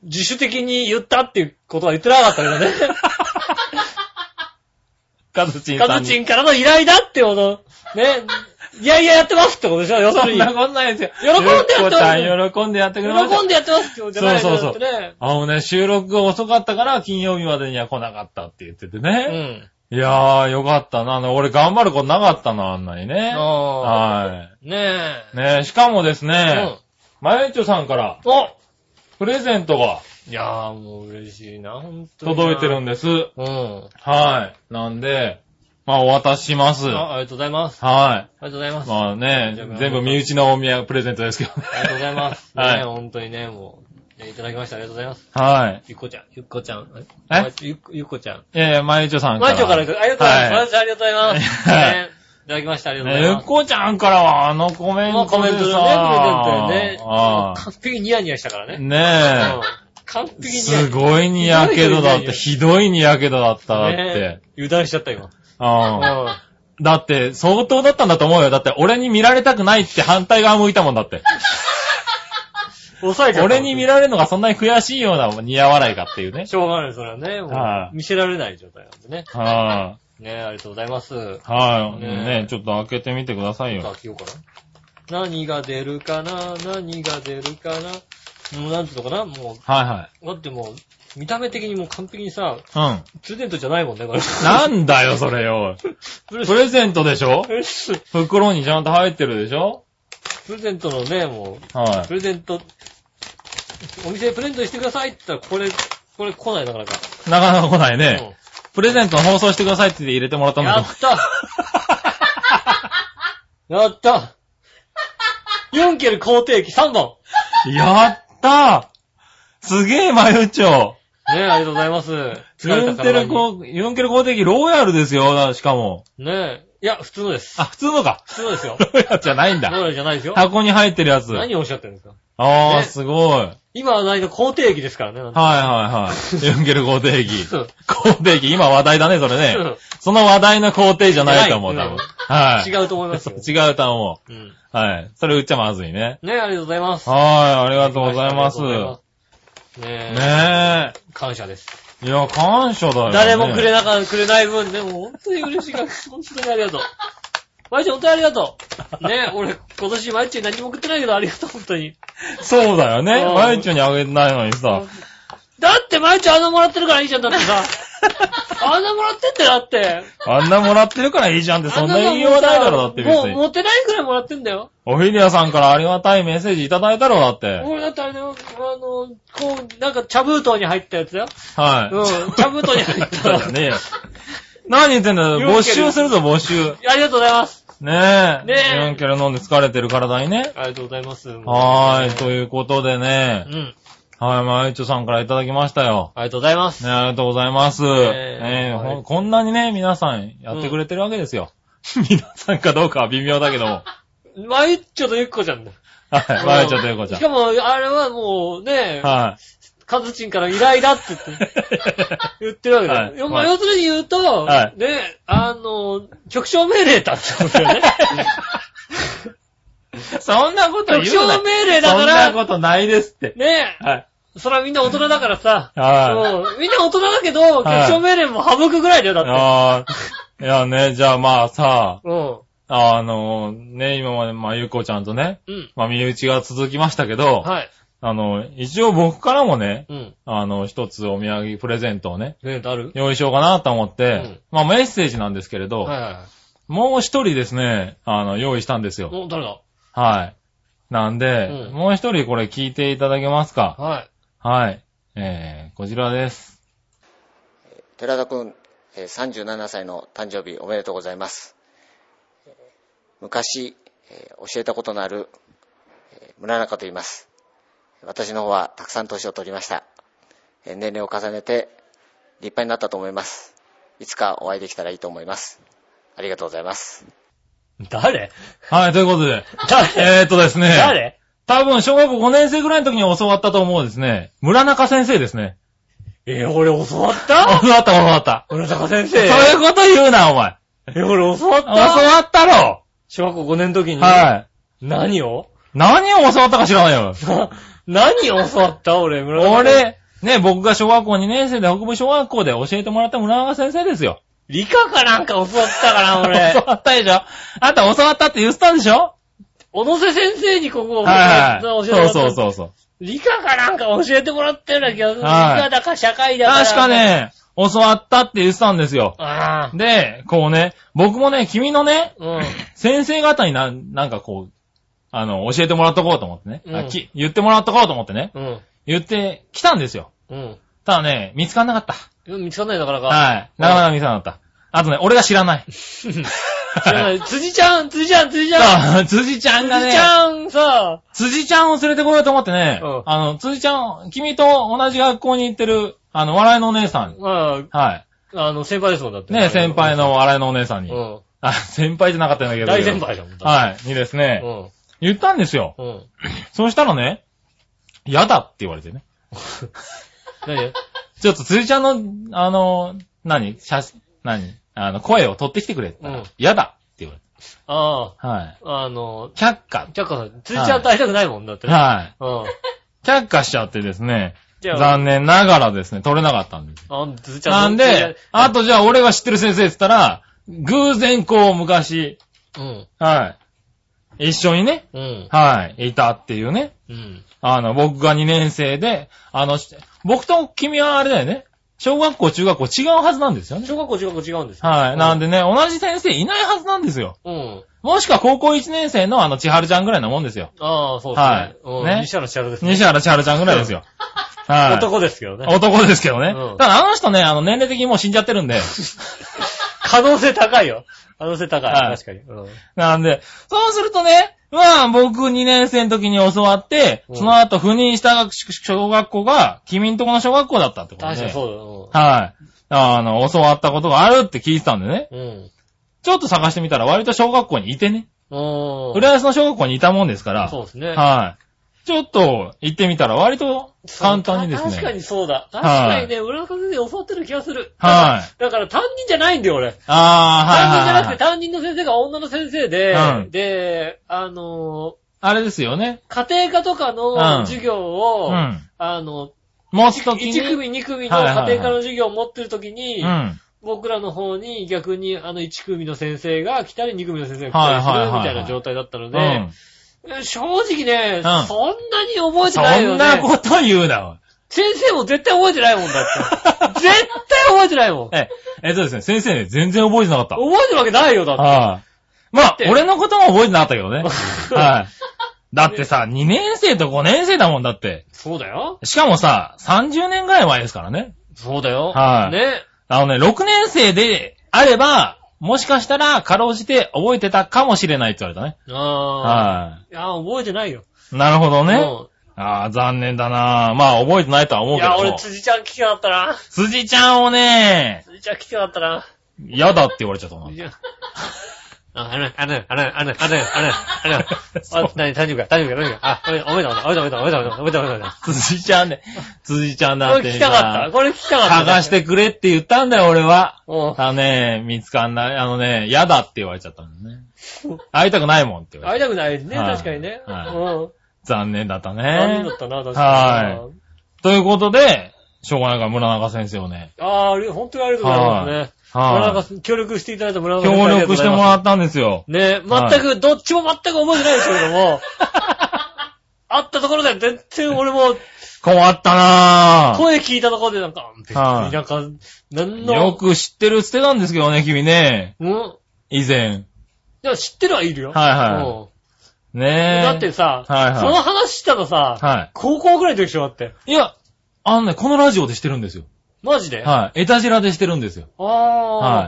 S2: 自主的に言ったっていうことは言ってなかっ たけどね。
S3: カズチンさ
S2: カ
S3: ん
S2: ズ
S3: に。
S2: チンからの依頼だってこと、ね、いやいややってますってことでしょ、要す
S3: そ
S2: る
S3: ん
S2: に。
S3: なことないですよ。
S2: 喜んでやって
S3: ゆっこちゃん喜んでやってくれました
S2: 喜んでやってますってことじゃないの
S3: そうそう
S2: だっ
S3: そう
S2: てね。
S3: あのね、収録が遅かったから金曜日までには来なかったって言ってて
S2: う
S3: ね。
S2: ん。
S3: いやー、よかったな。あの、俺頑張ることなかったな、あんなにね。
S2: ああ。
S3: は
S2: ね
S3: い。ねしかもです
S2: え。
S3: ね、まゆちょさんから
S2: うん。お
S3: プレゼントが
S2: いやーもう嬉しいな、ほんとにな。
S3: 届いてるんです。
S2: うん。
S3: はい。なんで、まあ、お渡しします。
S2: あ
S3: は
S2: ありがとうございます。
S3: い。
S2: ありがとうございます。
S3: まあね
S2: じゃあ、
S3: 全部身内のお土産プレゼントですけどね。
S2: ありがとうございます。ね
S3: はい
S2: 本当にね、もう、ねいただきました。ありがとうございます。
S3: はい。
S2: ゆっこちゃん、ゆっこちゃん、
S3: え
S2: ゆっゆっこちゃん。
S3: ええ、まゆちょさんから。
S2: マイチョから、ありがとうございます。マイチョありがとうございます。
S3: はい
S2: ねいただきました。ありがとうござ
S3: ね
S2: い
S3: ゆっ
S2: ます。
S3: こちゃんからはあのコメン
S2: もう
S3: ト
S2: コメント
S3: で
S2: でね、
S3: さ
S2: コメントでね、
S3: あ
S2: 完璧にニヤニヤしたから
S3: あ
S2: ね。
S3: ね
S2: うん完
S3: え。
S2: 璧にね
S3: すごいにやけどだって、ひどいにやけどだった、だっ
S2: ね
S3: て。
S2: 油断しちゃった今。
S3: うんだって、相当だったんだと思うよ。だって、俺に見られたくないって反対側向いたもんだ って。
S2: 抑えちゃった。
S3: 俺に見られるのがそんなに悔しいような似合わないかっていうね。
S2: しょうがない、それはね。もう
S3: はい
S2: 見せられない状態なんでね。
S3: は
S2: ねありがとうございます。
S3: い。はい。
S2: ねえ
S3: ねえちょっと開けてみてください
S2: ちょっと
S3: よ。
S2: 開けようかな。何が出るかな何が出るかなもうなんていうのかなも
S3: はいは
S2: う、だってもう、見た目的にもう完璧にさ、
S3: い。
S2: プレゼントじゃないもんね、これ。
S3: うん。なんだよ、それよ。
S2: プレ
S3: プレゼントでしょ
S2: プ
S3: 袋にちゃんと入ってるでしょ
S2: レゼントのね、も
S3: は
S2: う、プレゼント、お店でプレゼントしてくださいって言ったら、これ、これ来ないなかなか。
S3: い。なかなか来ないね。
S2: う
S3: プレゼントの放送してくださいって言って入れてもらった
S2: ん
S3: ん
S2: や
S3: だ
S2: った やったユンケル肯定期3本
S3: と思う。 やったーすげえ、マユチョ。
S2: ねありがとうございます。
S3: ユンテル
S2: 疲れた体
S3: コ、ユンケル公的ローヤルですよ、だしかも。
S2: にねえ。いや、普通のです。
S3: あ、普通のか。
S2: 普通のですよ。
S3: ローヤルじゃないん
S2: ロ
S3: だ。
S2: ーラじゃないですよ。
S3: 箱に入ってるやつ。
S2: 何をおっしゃってるんですか
S3: あー、
S2: ね
S3: すごい。
S2: 今話題の肯定義ですからね。
S3: はいはいはい。ユンケル肯定義
S2: そう。
S3: 肯定義、今話題だね、それ
S2: う
S3: ね
S2: ん。
S3: その話題の肯定じゃないと思う、
S2: じゃ
S3: 多
S2: ない
S3: 分。はい。
S2: 違うと思いますよ。
S3: 違うと思
S2: うん。
S3: う。はい。それ売っちゃまずいね。
S2: ねありがとうございます。
S3: はい、あり
S2: あ
S3: がとうございます。
S2: りがとうございますね
S3: ね
S2: え。感謝です。
S3: え。いや、感謝だよ、ね。
S2: 誰もくれ
S3: い。
S2: なか、くれない分、でも本当に嬉しいから、本当にありがとう。マイチ本当にありがとう。ねえ、俺、今年マイチ何も食ってないけど、ありがとう、本当に。
S3: そうだよね。
S2: うん
S3: 毎日にあげてないのにさ。
S2: だって毎日穴もらってるからいいじゃん、だって さ。穴もらってってだって。
S3: あんなもらってるからいいじゃんって、そんな言いようはないだろ、だって別
S2: もう
S3: に。
S2: 持ってないくらいもらってんだよ。
S3: おひりやさんからありがたいメッセージいただいたろ、だって。
S2: 俺だってあれだよ、あの、こう、なんか茶封筒に入ったやつだよ。
S3: はい。
S2: うん、茶封筒に入った
S3: そうだ ねえよ。何言ってんだよ。
S2: ユンケル
S3: 募集するぞ、募集。
S2: ありがとうございます。
S3: ねえ。
S2: ねえ
S3: ユンケル飲んで疲れてる体にね。
S2: ありがとうございます。
S3: はーい。ということで
S2: う
S3: ね。
S2: ん。
S3: はい、まゆちょさんからいただきましたよ。
S2: ありがとうございます。
S3: ね、ありがとうございます。
S2: え
S3: ねえ
S2: はい
S3: ほんこんなにね、皆さんやってくれてるわけです よ。皆さんかどうかは微妙だけども。
S2: まゆっちょとゆっこちゃんだ。
S3: はい、まゆちょとゆうこちゃ
S2: し
S3: ん。
S2: かも、あれはもう、ね、
S3: は
S2: カズチンから依頼だって 言って。言ってるわけだよ。
S3: はい
S2: いやま
S3: は
S2: あ
S3: い
S2: 要するに言うと、
S3: はい
S2: ね、あの、局長命令だったんですよね。
S3: い。 そんなこと言うな。
S2: 局長命令だから
S3: そんなことないですって。
S2: ね
S3: はい。
S2: それはみんな大人だからさ、
S3: はい。
S2: うんみんな大人だけど、局
S3: はい
S2: 長命令も省くぐらいだよ、だって。
S3: あーいやね、じゃあまあさ、
S2: うん。
S3: あの、ね、今まで、まあ、ゆうこちゃんとね、
S2: うん。
S3: まあ、身内が続きましたけど、
S2: はい。
S3: あの、一応僕からもね、
S2: うん。
S3: あの、一つお土産、プレゼントをね、
S2: ねある
S3: 用意しようかなと思って、
S2: うん
S3: まあメッセージなんですけれど、
S2: はいはいは
S3: もう一人ですね、あの、用意したんです
S2: い。
S3: よ。
S2: もう誰だ
S3: はい。なんで、
S2: うん
S3: もう一人これ聞いていただけますか
S2: はい。
S3: はい。えー、こちらです。
S6: 寺田くん、えー37歳の誕生日おめでとうございます。えー昔、えー教えたことのある、えー村中と言います。私の方はたくさん年を取りました。えー年齢を重ねて立派になったと思います。いつかお会いできたらいいと思います。ありがとうございます。
S2: 誰
S3: はい、ということで、
S2: 誰
S3: えーっとですね、
S2: 誰
S3: 多分小学校5年生ぐらいの時に教わったと思うですね、村中先生ですね。
S2: え、俺教わっ
S3: 教わ
S2: た
S3: った、教わった。
S2: 村高先
S3: そう
S2: 生。
S3: いうこと言うな、お前。
S2: え、俺教わっ
S3: 教わったろ
S2: 小学校5年の時に。
S3: はい。
S2: 何を
S3: 何を教わったか知らないよ。
S2: な何を教わった俺、村中先生。
S3: 俺、ね、僕が小学校2年生で北部小学校で教えてもらった村中先生ですよ。
S2: 理科かなんか教わったか な、俺。
S3: 教わったでしょあんた教わったって言ってたでしょ
S2: 小野瀬先生にここを教
S3: は
S2: え
S3: い
S2: て
S3: は
S2: も
S3: い。
S2: ら
S3: そう
S2: った。
S3: そうそうそう。
S2: 理科かなんか教えてもらったような気がする。理
S3: はい
S2: 科だか社会だか。
S3: 確か。ね、教わったって言ってたんですよ。
S2: ああ。
S3: で、こうね、僕もね、君のね、
S2: うん。
S3: 先生方になん、なんかこう、あの、教えてもらっとこうと思ってね。あ
S2: うん
S3: き言ってもらっとこうと思ってね。
S2: うん。
S3: 言ってきたんですよ。
S2: うん。
S3: ただね、見つかんなかった。
S2: うん見つかんないなかなか。
S3: はい。なかなか見つかんなかった。あとね、俺が知らない。
S2: 知らない辻ちゃん、辻ちゃん、辻ちゃん。
S3: さあ 辻ちゃんが
S2: 辻
S3: ね
S2: ち、ゃんさ、
S3: 辻ちゃんを連れてこようと思ってね、
S2: うん
S3: あの、辻ちゃん、君と同じ学校に行ってる、あの、笑いのお姉さん。
S2: ま
S3: は
S2: あ、あの、先輩ですもん、だっ
S3: い。
S2: て。
S3: ね、先輩。の笑いのお姉さんに。
S2: うん。
S3: あ、先輩じゃなかったんだけど。
S2: 大先輩だもん。だっ
S3: はい。にです
S2: て
S3: ね、言ったんですよ。
S2: うん。うん。
S3: そうしたらね、嫌だって言われてね。
S2: 何
S3: ちょっと辻ちゃんの、あの、何写真、何あの、声を取ってきてくれって言ったら
S2: うん
S3: 嫌だって言われて。
S2: あ
S3: はい。
S2: あ、あの、
S3: 却下。
S2: ちゃっかさん、辻ちゃんと会いたくないもんだってね。
S3: はい。
S2: うん。
S3: 却下しちゃってですね、
S2: じゃあ
S3: 残念ながらですね、取れなかったんです。
S2: あ、ずちゃ
S3: なんで、あとじゃあ俺が知ってる先生って言ったら、偶然こう昔、
S2: うん、
S3: はい。一緒にね、
S2: うん、
S3: はい、いたっていうね。
S2: うん。
S3: あの、僕が2年生で、あの、し僕と君はあれだよね。小学校、中学校違うはずなんですよね。
S2: 小学校、中学校違うんですよ
S3: はい。なん
S2: で
S3: でね、同じ先生いないはずなんですよ。
S2: うん。
S3: もしくは高校1年生のあの、千春ちゃんぐらいなもんですよ。
S2: ああ、そうですね。
S3: はい
S2: うん
S3: ね
S2: 西原千春ですね。
S3: 西原千春ちゃんぐらい ですよ。はい。
S2: 男ですけどね。
S3: 男ですけどね。
S2: うん
S3: ただあの人ね、あの、年齢的にもう死んじゃってるんで。
S2: 可能性高いよ。可能性高い。
S3: はい
S2: 確かに。うん。
S3: なんで、そうするとね、まあ、僕2年生の時に教わって、
S2: うん
S3: その後赴任した学小学校が、君んとこの小学校だったってこと
S2: 確か
S3: で
S2: に。そう
S3: はい。あの、教わったことがあるって聞いてたんでね。
S2: だ。うん。
S3: ちょっと探してみたら、割と小学校にいてね。
S2: うん。うん。
S3: 浦安の小学校にいたもんですから。
S2: そうですね。
S3: はい。ちょっと行ってみたら割と簡単にですね。
S2: 確かにそうだ。確
S3: はい
S2: かにね、浦中先生教わってる気がする。。
S3: はい
S2: だから担任じゃないんだよ、俺。担任じゃ
S3: ああ、
S2: な
S3: はいはい
S2: くて
S3: はい。
S2: 担任の先生が女の先生で、
S3: うん
S2: で、あの
S3: あれですよね。
S2: ー、家庭科とか
S3: う
S2: の
S3: ん
S2: 授業を、
S3: うん
S2: あの、
S3: 持つときに。
S2: 1組2組の
S3: はいは
S2: 家
S3: いはい
S2: 庭科の授業を持ってる時に、
S3: うん。
S2: 僕らの方に逆にあの1組の先生が来たり2組の先生が来
S3: はいは
S2: たり
S3: い
S2: す
S3: はい
S2: る
S3: はい
S2: みたいな状態だったの
S3: う
S2: で、
S3: ん。
S2: 正直ね、
S3: うん
S2: そんなに覚えてない
S3: そ
S2: よ
S3: ん
S2: ね。
S3: なこと言うな、おい
S2: 先生も絶対覚えてないもんだ って。絶対覚えてないもん。覚
S3: え、えっとですね、先生ね、全然覚えてなかった。
S2: えてるわけないよ、だって。
S3: はい。まあ
S2: って、
S3: 俺のことも覚えてなかったけ どね。はい。だってさ、2年生と5年生だもんだって。
S2: そうだよ。
S3: しかもさ、30年ぐらい前ですからね。
S2: そうだよ。
S3: はい
S2: ね。
S3: あのね、6年生であれば、もしかしたら、かろうじて覚えてたかもしれないって言われたね。
S2: ああ。
S3: はい
S2: や、覚えてないよ。
S3: い。なるほどね。
S2: うん
S3: ああ、残念だなまあ、覚えてないとは思う
S2: い
S3: けど
S2: や、俺、
S3: も。
S2: 辻ちゃん聞きたかったな。
S3: 辻ちゃんをね、
S2: 辻ちゃん聞きたかったな。
S3: 嫌だって言われちゃったな。
S2: いやあ、あれ、あれ、あれ、あれ、あれ、あれ、あれ、あ
S3: そう
S2: 何、大丈夫か、大丈夫か、大丈夫か。あ、おめでとう、おめでとう、おめでとう、おめでとう、おめでとう、おめでとう、おめでとう。
S3: 辻ちゃんね、辻ちゃんだ
S2: こ
S3: っ
S2: れ
S3: て
S2: 聞
S3: さ。
S2: きたかった。これ聞きたかった。
S3: 探してくれって言ったんだよ、俺は。
S2: うん。
S3: あのね、見つかんない。あのね、嫌だって言われちゃったんだね。会いたくないもんって言わ
S2: 会
S3: れ
S2: い
S3: ちゃった
S2: くないね、
S3: はい
S2: 確かにね。う
S3: はい
S2: ん。
S3: 残念だった
S2: 何
S3: ね
S2: だ。ったな、確かに
S3: は。ということで、しょうがないから村中先生をね、
S2: ああ、本当にありがとうございますね。村中
S3: は
S2: さん協力していただいた村
S3: い。
S2: 中
S3: 協
S2: さんありがとう
S3: 力
S2: ご
S3: し
S2: ざ
S3: て
S2: い
S3: も
S2: ま
S3: らったんですよ。
S2: す。ね
S3: はい
S2: 全く、どっちも全く覚えてないですけれども、会ったところで全然俺も
S3: 困ったなぁ。
S2: 声聞いたところでなんか、別に
S3: はい
S2: なんか、なんの、
S3: よく知ってる捨てなんですけどね、君ね。
S2: うん
S3: 以前。
S2: いや、知ってるはいるよ。
S3: はいはい
S2: うん
S3: ねえ。
S2: だってさ、
S3: はいはい
S2: その話したのさ、
S3: は
S2: 高校ぐらいの時でしょ、だって。
S3: い。いや、あのね、このラジオでしてるんですよ。
S2: マジであ
S3: はい。エタジラでしてるんですよ。
S2: あ
S3: は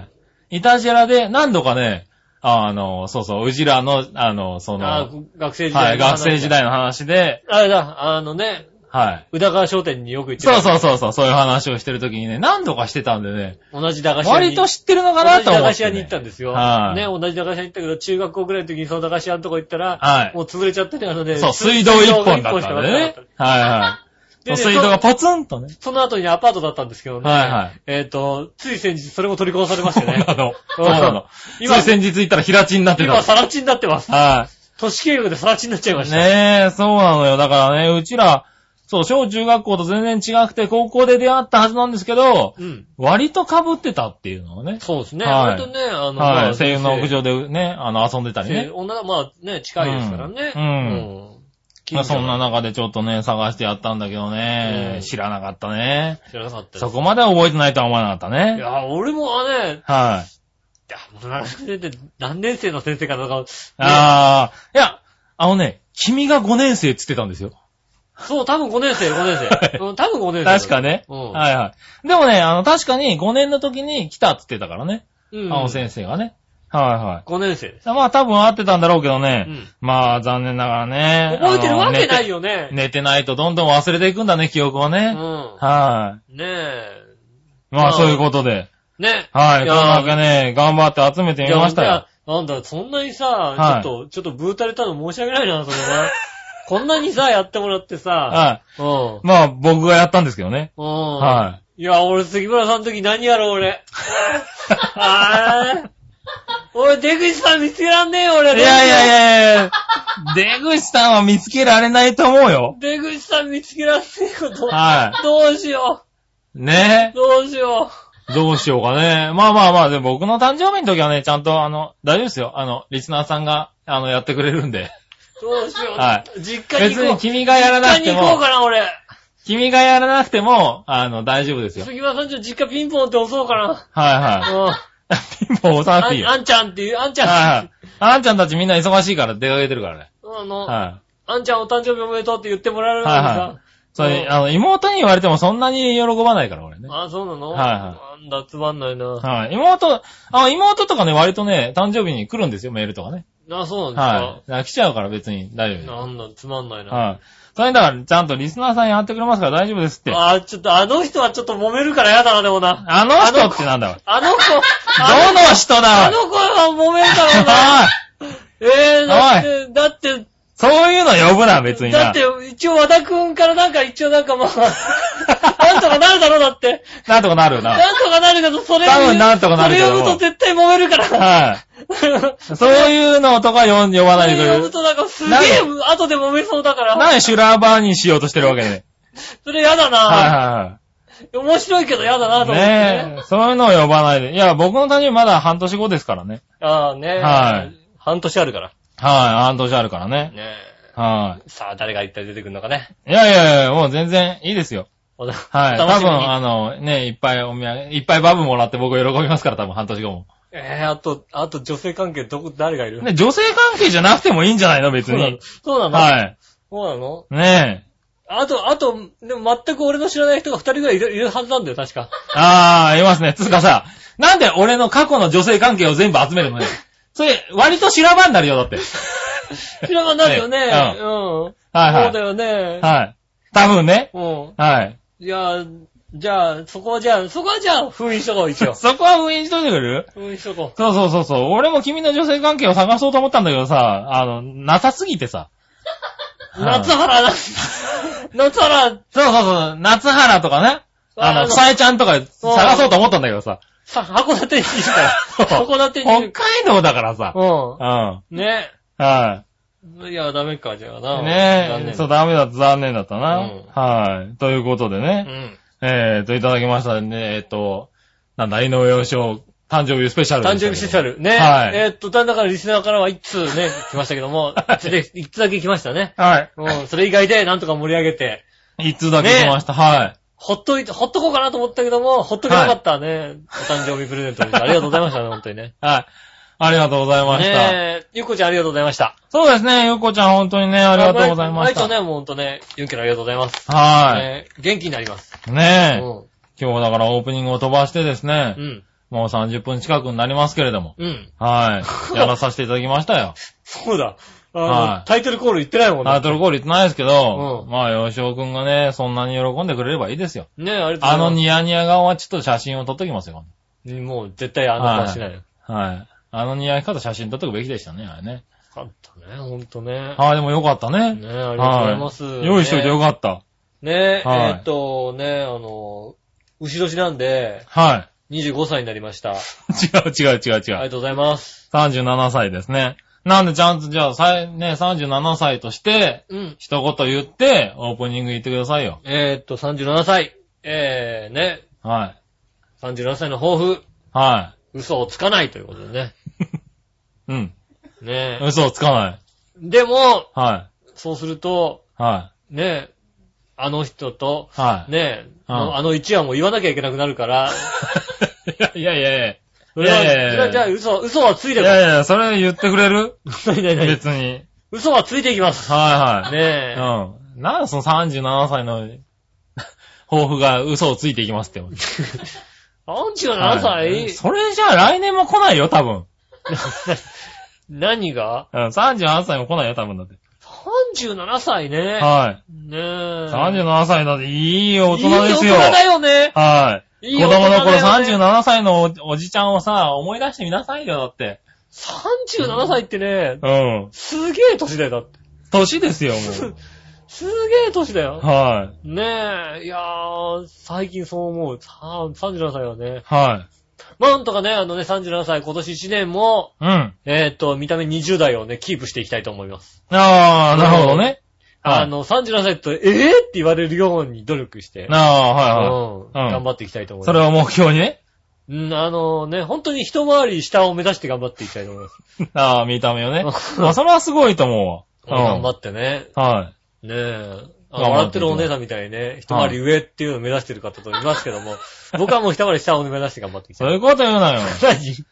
S2: ー。
S3: い。イタジェラで何度かね、あの、そうそう、うじらの、あの、その、
S2: あ
S3: は
S2: ー学生
S3: い、
S2: 時代。
S3: 学生時。代の話で、
S2: あれだ、あのね、
S3: はい。
S2: 宇田川商店によく行って
S3: そうそう
S2: う。
S3: そうそう、そういう話をしてるときにね、何度かしてたんでね、
S2: 同じ駄菓子屋に。
S3: 割と知ってるのかなと思って、ね。
S2: 同じ駄菓子屋に行ったんですよ。
S3: はい、
S2: ね、同じ駄菓子屋に行ったけど、中学校ぐらいの時にその駄菓子屋のとこ行ったら、
S3: はい
S2: もう潰れちゃってね、あのね、
S3: そう、
S2: す
S3: 水道一本だったんで
S2: 水道一本し
S3: ね
S2: かなかっ。
S3: はいはい。
S2: で
S3: そう水道がポツンとね。
S2: たその後にアパートだったんですけどね。
S3: はいはい
S2: えっ、と、つい先日それも取り壊されま
S3: そ
S2: し
S3: う
S2: て
S3: な
S2: ね。
S3: の。
S2: う
S3: そ
S2: ん
S3: うなの。
S2: 今
S3: つい先日行ったら平地になってた。
S2: 今、さらちになってます。
S3: は
S2: 都市計画でさらちになっちゃいま
S3: い。
S2: した。
S3: ねえ、そうなのよ。だからね、うちら、そう、小中学校と全然違くて、高校で出会ったはずなんですけど、
S2: うん。
S3: 割と被ってたっていうのはね。
S2: そうですね。
S3: はい
S2: 割とね、あの、ま
S3: は
S2: あ
S3: い。声優の屋上でね、あの、遊んでたり
S2: 声優
S3: ね。
S2: 女がまあね、近いですからね。
S3: うん
S2: うん
S3: まあそんな
S2: の
S3: 中でちょっとね、探してやったんだけど
S2: うん
S3: ね、知らなかったね。
S2: 知らなかったです
S3: そこまでは覚えてないとは思わなかった
S2: い
S3: ね。
S2: や、俺もね、
S3: はい。
S2: いや村中先生って何年生の先生かなんか、ね
S3: ああ、いや、あのね、君が5年生って言ってたんですよ。
S2: そう、多分5年生、5年生。うん、多分5年
S3: 確
S2: 生。
S3: かね。
S2: うん
S3: はいはい。でもね、あの、確かに5年の時に来たって言ってたからね。
S2: うん。
S3: 青先生がね。はいはい。
S2: 5年生です。
S3: まあ多分合ってたんだろうけどね。
S2: うん
S3: まあ残念ながらね。
S2: 覚えてるわけない
S3: よ。
S2: よ ね。
S3: 寝てないとどんどん忘れていくんだね、記憶を
S2: う
S3: ね。
S2: ん。
S3: はい。
S2: ねえ。
S3: ま
S2: まあ
S3: あ、そういうことで。
S2: ね
S3: はい。
S2: い
S3: こ
S2: や
S3: れだけね、頑張って集めてみました
S2: い
S3: よ。
S2: やなんだ、そんなにさ、
S3: はい
S2: ちょっと、ちょっとブータれたの申し訳ないな、それ は。こんなにさ、やってもらってさ。
S3: は
S2: うん。うん。
S3: い。。まあ、僕がやったんですけどね。はい
S2: いや、俺、杉村さんの時何やろう、俺。あー俺、出口さん見つけらんねえよ、
S3: い
S2: 俺。
S3: やいやいやい や出口さんは見つけられないと思うよ。
S2: 出口さん見つけらんねえよ、どう
S3: は
S2: どうしよ
S3: い。ね
S2: う。どうしよ
S3: どうしようかね。まあまあまあ、でも僕の誕生日の時はね、ちゃんとあの、大丈夫ですよ。あの、リスナーさんが、あの、やってくれるんで。
S2: う。どうしよう。
S3: は
S2: 実家に
S3: 別
S2: 行こう。
S3: に君がやらなくて
S2: 実家に行こう
S3: も、
S2: かな、俺。
S3: 君がやらなくても、あの、大丈夫ですよ。
S2: 杉村さんちの実家ピンポンって押そうかな。
S3: はいは
S2: うん。
S3: い。 ピンポン押さなく
S2: あ
S3: ていい
S2: ん
S3: よ。
S2: あ
S3: はい
S2: んちゃんっていう、あんち
S3: は
S2: ゃん
S3: い。。あんちゃんたちみんな忙しいから出かけてるからね。
S2: あの、
S3: はい。
S2: あんちゃんお誕生日おめでとうって言ってもらえるのに
S3: はい
S2: さ
S3: は。それ、
S2: うん
S3: あの、妹に言われてもそんなに喜ばないから、俺ね。
S2: あ、そうなの
S3: はい
S2: なんだ、つまんないな。
S3: はい。妹、あ、妹とかね、割とね、誕生日に来るんですよ、メールとかね。
S2: あ、そうなん
S3: は
S2: で
S3: い。だから来ちゃうから別に大
S2: す
S3: 丈
S2: か。なんだ、つまんない
S3: 夫。
S2: な。
S3: はい。それだから、ちゃんとリスナーさんやってくれますから大丈夫ですって。あ
S2: あ、ちょっと、あの人はちょっと揉めるからやだな、でもな。
S3: の人ってなんだわ。
S2: あの子、
S3: どの人
S2: あ
S3: だ
S2: の子は揉めるだろうな。
S3: わ。
S2: えー、だって、だって、
S3: そういうの呼ぶな、別に
S2: だ
S3: な。
S2: って、一応和田くんからなんか一応なん かまあ、なんとかなるだろうだって。
S3: なんとかなるな。
S2: なんとかなるけど、それを言う。
S3: 多分なんとかなるけど
S2: それを呼ぶと絶対揉めるから。
S3: は い。そういうのとか呼ん呼ば
S2: そ
S3: ない
S2: れを
S3: でく
S2: 呼ぶ
S3: れ。
S2: となんかすげえ後で揉めそうだから。
S3: なんで修羅場にしようとしてるわけで。
S2: それやだ
S3: はい
S2: な
S3: は
S2: 面白いけどやだないと
S3: はい。
S2: 思って
S3: ねえ、そういうのを呼ばないで。いや、僕の誕生日まだ半年後ですからね。
S2: ああねえ。
S3: はい
S2: 半年あるから。
S3: はい、半年あるからね。
S2: ね
S3: は
S2: え。さあ、誰が一体出てくるのかね。
S3: い。いやいやいや、もう全然いいですよ。
S2: お楽
S3: はい。
S2: お楽
S3: 多
S2: しみに
S3: 分、あの、ね、いっぱいお土産、いっぱいバブもらって僕喜びますから、多分半年後も。
S2: えー、あと、あと女性関係どこ、誰がいる
S3: ね、女性関係じゃなくてもいいんじゃないの別
S2: そうなの
S3: に。
S2: そうなの
S3: はい。
S2: そうなの
S3: ねえ。
S2: あと、あと、でも全く俺の知らない人が二人ぐらいいるいるはずなんだよ、確か。
S3: あー、いますね。つうかさ、なんで俺の過去の女性関係を全部集めるのね。それ、割と修羅場になるよ、だって。
S2: 知らなくなるよね。
S3: ね
S2: うん。
S3: はいはい
S2: そうだよね。
S3: はい。多分ね。
S2: うん。
S3: はい。
S2: いや、じゃあ、そこはじゃあ、そこはじゃあ、封印しとこう、一 応。
S3: そこは封印しといてくれる
S2: 封印しとこ
S3: そうそうそうそう。俺も君の女性関係を探そうと思ったんだけどさ、あの、なさすぎてさ。
S2: う。 夏原だ、夏原、
S3: そうそうそう。夏原とかね。あ
S2: あ
S3: の、
S2: の
S3: ふさえちゃんとか探そうと思ったんだけどさ。
S2: さ、函館にいる から。函館にい
S3: 北
S2: る。
S3: 海道だからさ。
S2: う
S3: うん。
S2: ん。ね。
S3: はい
S2: や、ダメか、じゃあ
S3: い。
S2: な。残
S3: ねえ、
S2: 念
S3: そう、ダメだった、残念だったな。
S2: うん
S3: はい。ということで
S2: う
S3: ね、
S2: ん。
S3: えーと、いただきましたね、えっと、なんだ、井上洋翔誕生日スペシャルで
S2: 誕
S3: したけど。
S2: 生日スペシャル。ね。
S3: はい
S2: えーっと、だんだからリスナーからは1通ね、来ましたけ ども、1通だけ来ましたね。
S3: はい。
S2: うん、それ以外でなんとか盛り上げて、
S3: 一通だけ来ました。はい。
S2: ほっといて、ほっとこうかなと思ったけども、ほっとけなかったね。お誕生日プレゼントでした。ありがとうございましたね、本当にね。
S3: はい。ありがとうございました。
S2: ねえ、ゆっこちゃんありがとうございました。
S3: そうですね、ゆうこちゃん本当にね、ありがとうございまし
S2: 毎
S3: た。
S2: 日ね、もうほんとね、ゆうきらありがとうございます。
S3: は
S2: ねえ元気になります。
S3: い。ねえ、
S2: うん。
S3: 今日だからオープニングを飛ばしてですね
S2: う、ん。
S3: もう30分近くになりますけれども。
S2: うん。
S3: はい。 やらさせていただきましたよ。
S2: そうだ。あ
S3: は
S2: の、
S3: い
S2: タイトルコール言ってないもん
S3: タイトルコール言ってないですけど、
S2: うん
S3: まあ、吉尾くんがね、そんなに喜んでくれればいいですよ。
S2: ねえ、ありがと
S3: あ
S2: うございま
S3: の
S2: す。
S3: ニヤニヤ顔はちょっと写真を撮っときますよ。
S2: もう絶対あの顔しないよ。
S3: はい。あのニヤ方写真撮っとくべきでしたね、あれね。
S2: よかったね、ほんとね。
S3: はい、でもよかったね。
S2: ねえ、ありがとうございます。
S3: はい用意しといてよかった。
S2: ねえ、
S3: はい
S2: えーっと、ねえ、あの、牛年なんで、
S3: は
S2: 25歳になりました。あ
S3: い。違う違う違う違
S2: りが
S3: う。
S2: とうございます。
S3: 37歳ですね。なんでちゃんと、じゃあ、さいね、37歳として、
S2: うん。
S3: 一言言って、オープニング言ってくださいよ。
S2: えーっと、37歳。えー、ね、
S3: は
S2: 37歳の抱負、
S3: い。は
S2: 嘘をつかないということでね。
S3: い。うん。
S2: ねえ。
S3: 嘘をつかない。
S2: でも、
S3: は
S2: そうすると、
S3: い。は
S2: ねえ、あの人と、
S3: い。はい。
S2: ねえ、
S3: うん
S2: あの一話も言わなきゃいけなくなる から、
S3: いやいやいや。
S2: それはい
S3: やいやいや
S2: じゃあ、じゃあ嘘、嘘はつい
S3: い
S2: てこ
S3: やいや、それ言ってくれる
S2: ないないない
S3: 別に。
S2: 嘘はついてい きます。
S3: はいはい。
S2: ねえ。
S3: うん。なんでその37歳の抱負が嘘をついていきますって。
S2: 37歳、
S3: はいそれじゃあ来年も来ないよ、多分。
S2: 何が
S3: うん、38歳も来ないよ、多分だって。
S2: ?37 歳ね。
S3: はい。
S2: ねえ。
S3: 37歳だっていい大
S2: いい
S3: 人ですよ。
S2: 大人だよね。
S3: はい。
S2: いい
S3: 子
S2: 大人
S3: 供の頃
S2: だよね
S3: 37歳のおおじちゃんをさ、思い出してみなさいよ、だって。
S2: 37歳ってね、
S3: うん。
S2: すげえ年だよ、だって。
S3: 歳ですよ、もう。
S2: すげえ年だよ。
S3: はい。
S2: ねえ、いやー、最近そう思う。さ37歳はね。
S3: はい。
S2: なんとかね、あのね、37歳、今年1年も、
S3: うん。
S2: えーっと、見た目20代をね、キープしていきたいと思います。
S3: ああ、なるほどね。はい
S2: あの、37歳と、えぇ、ー、って言われるように努力して、
S3: ああ、
S2: うん、
S3: はいはい。
S2: 頑
S3: っ
S2: 張っていきたいと思います
S3: そ。れを目標にね。
S2: うん、あのね、本当に一回り下を目指して頑張っていきたいと思います。
S3: ああ、見た目をね。
S2: うん
S3: まあ、それはすごいと思うわ。う
S2: 頑
S3: ん
S2: 張。ってね。
S3: はい。
S2: ねえ。
S3: 頑
S2: あ
S3: 張って
S2: 笑ってるお姉さんみたいにね、一回り上っていうのを目指してる方といますけ ども、僕はもう一回り下を目指して頑張っていきた
S3: そうい
S2: い。
S3: うこと言うなよ。ね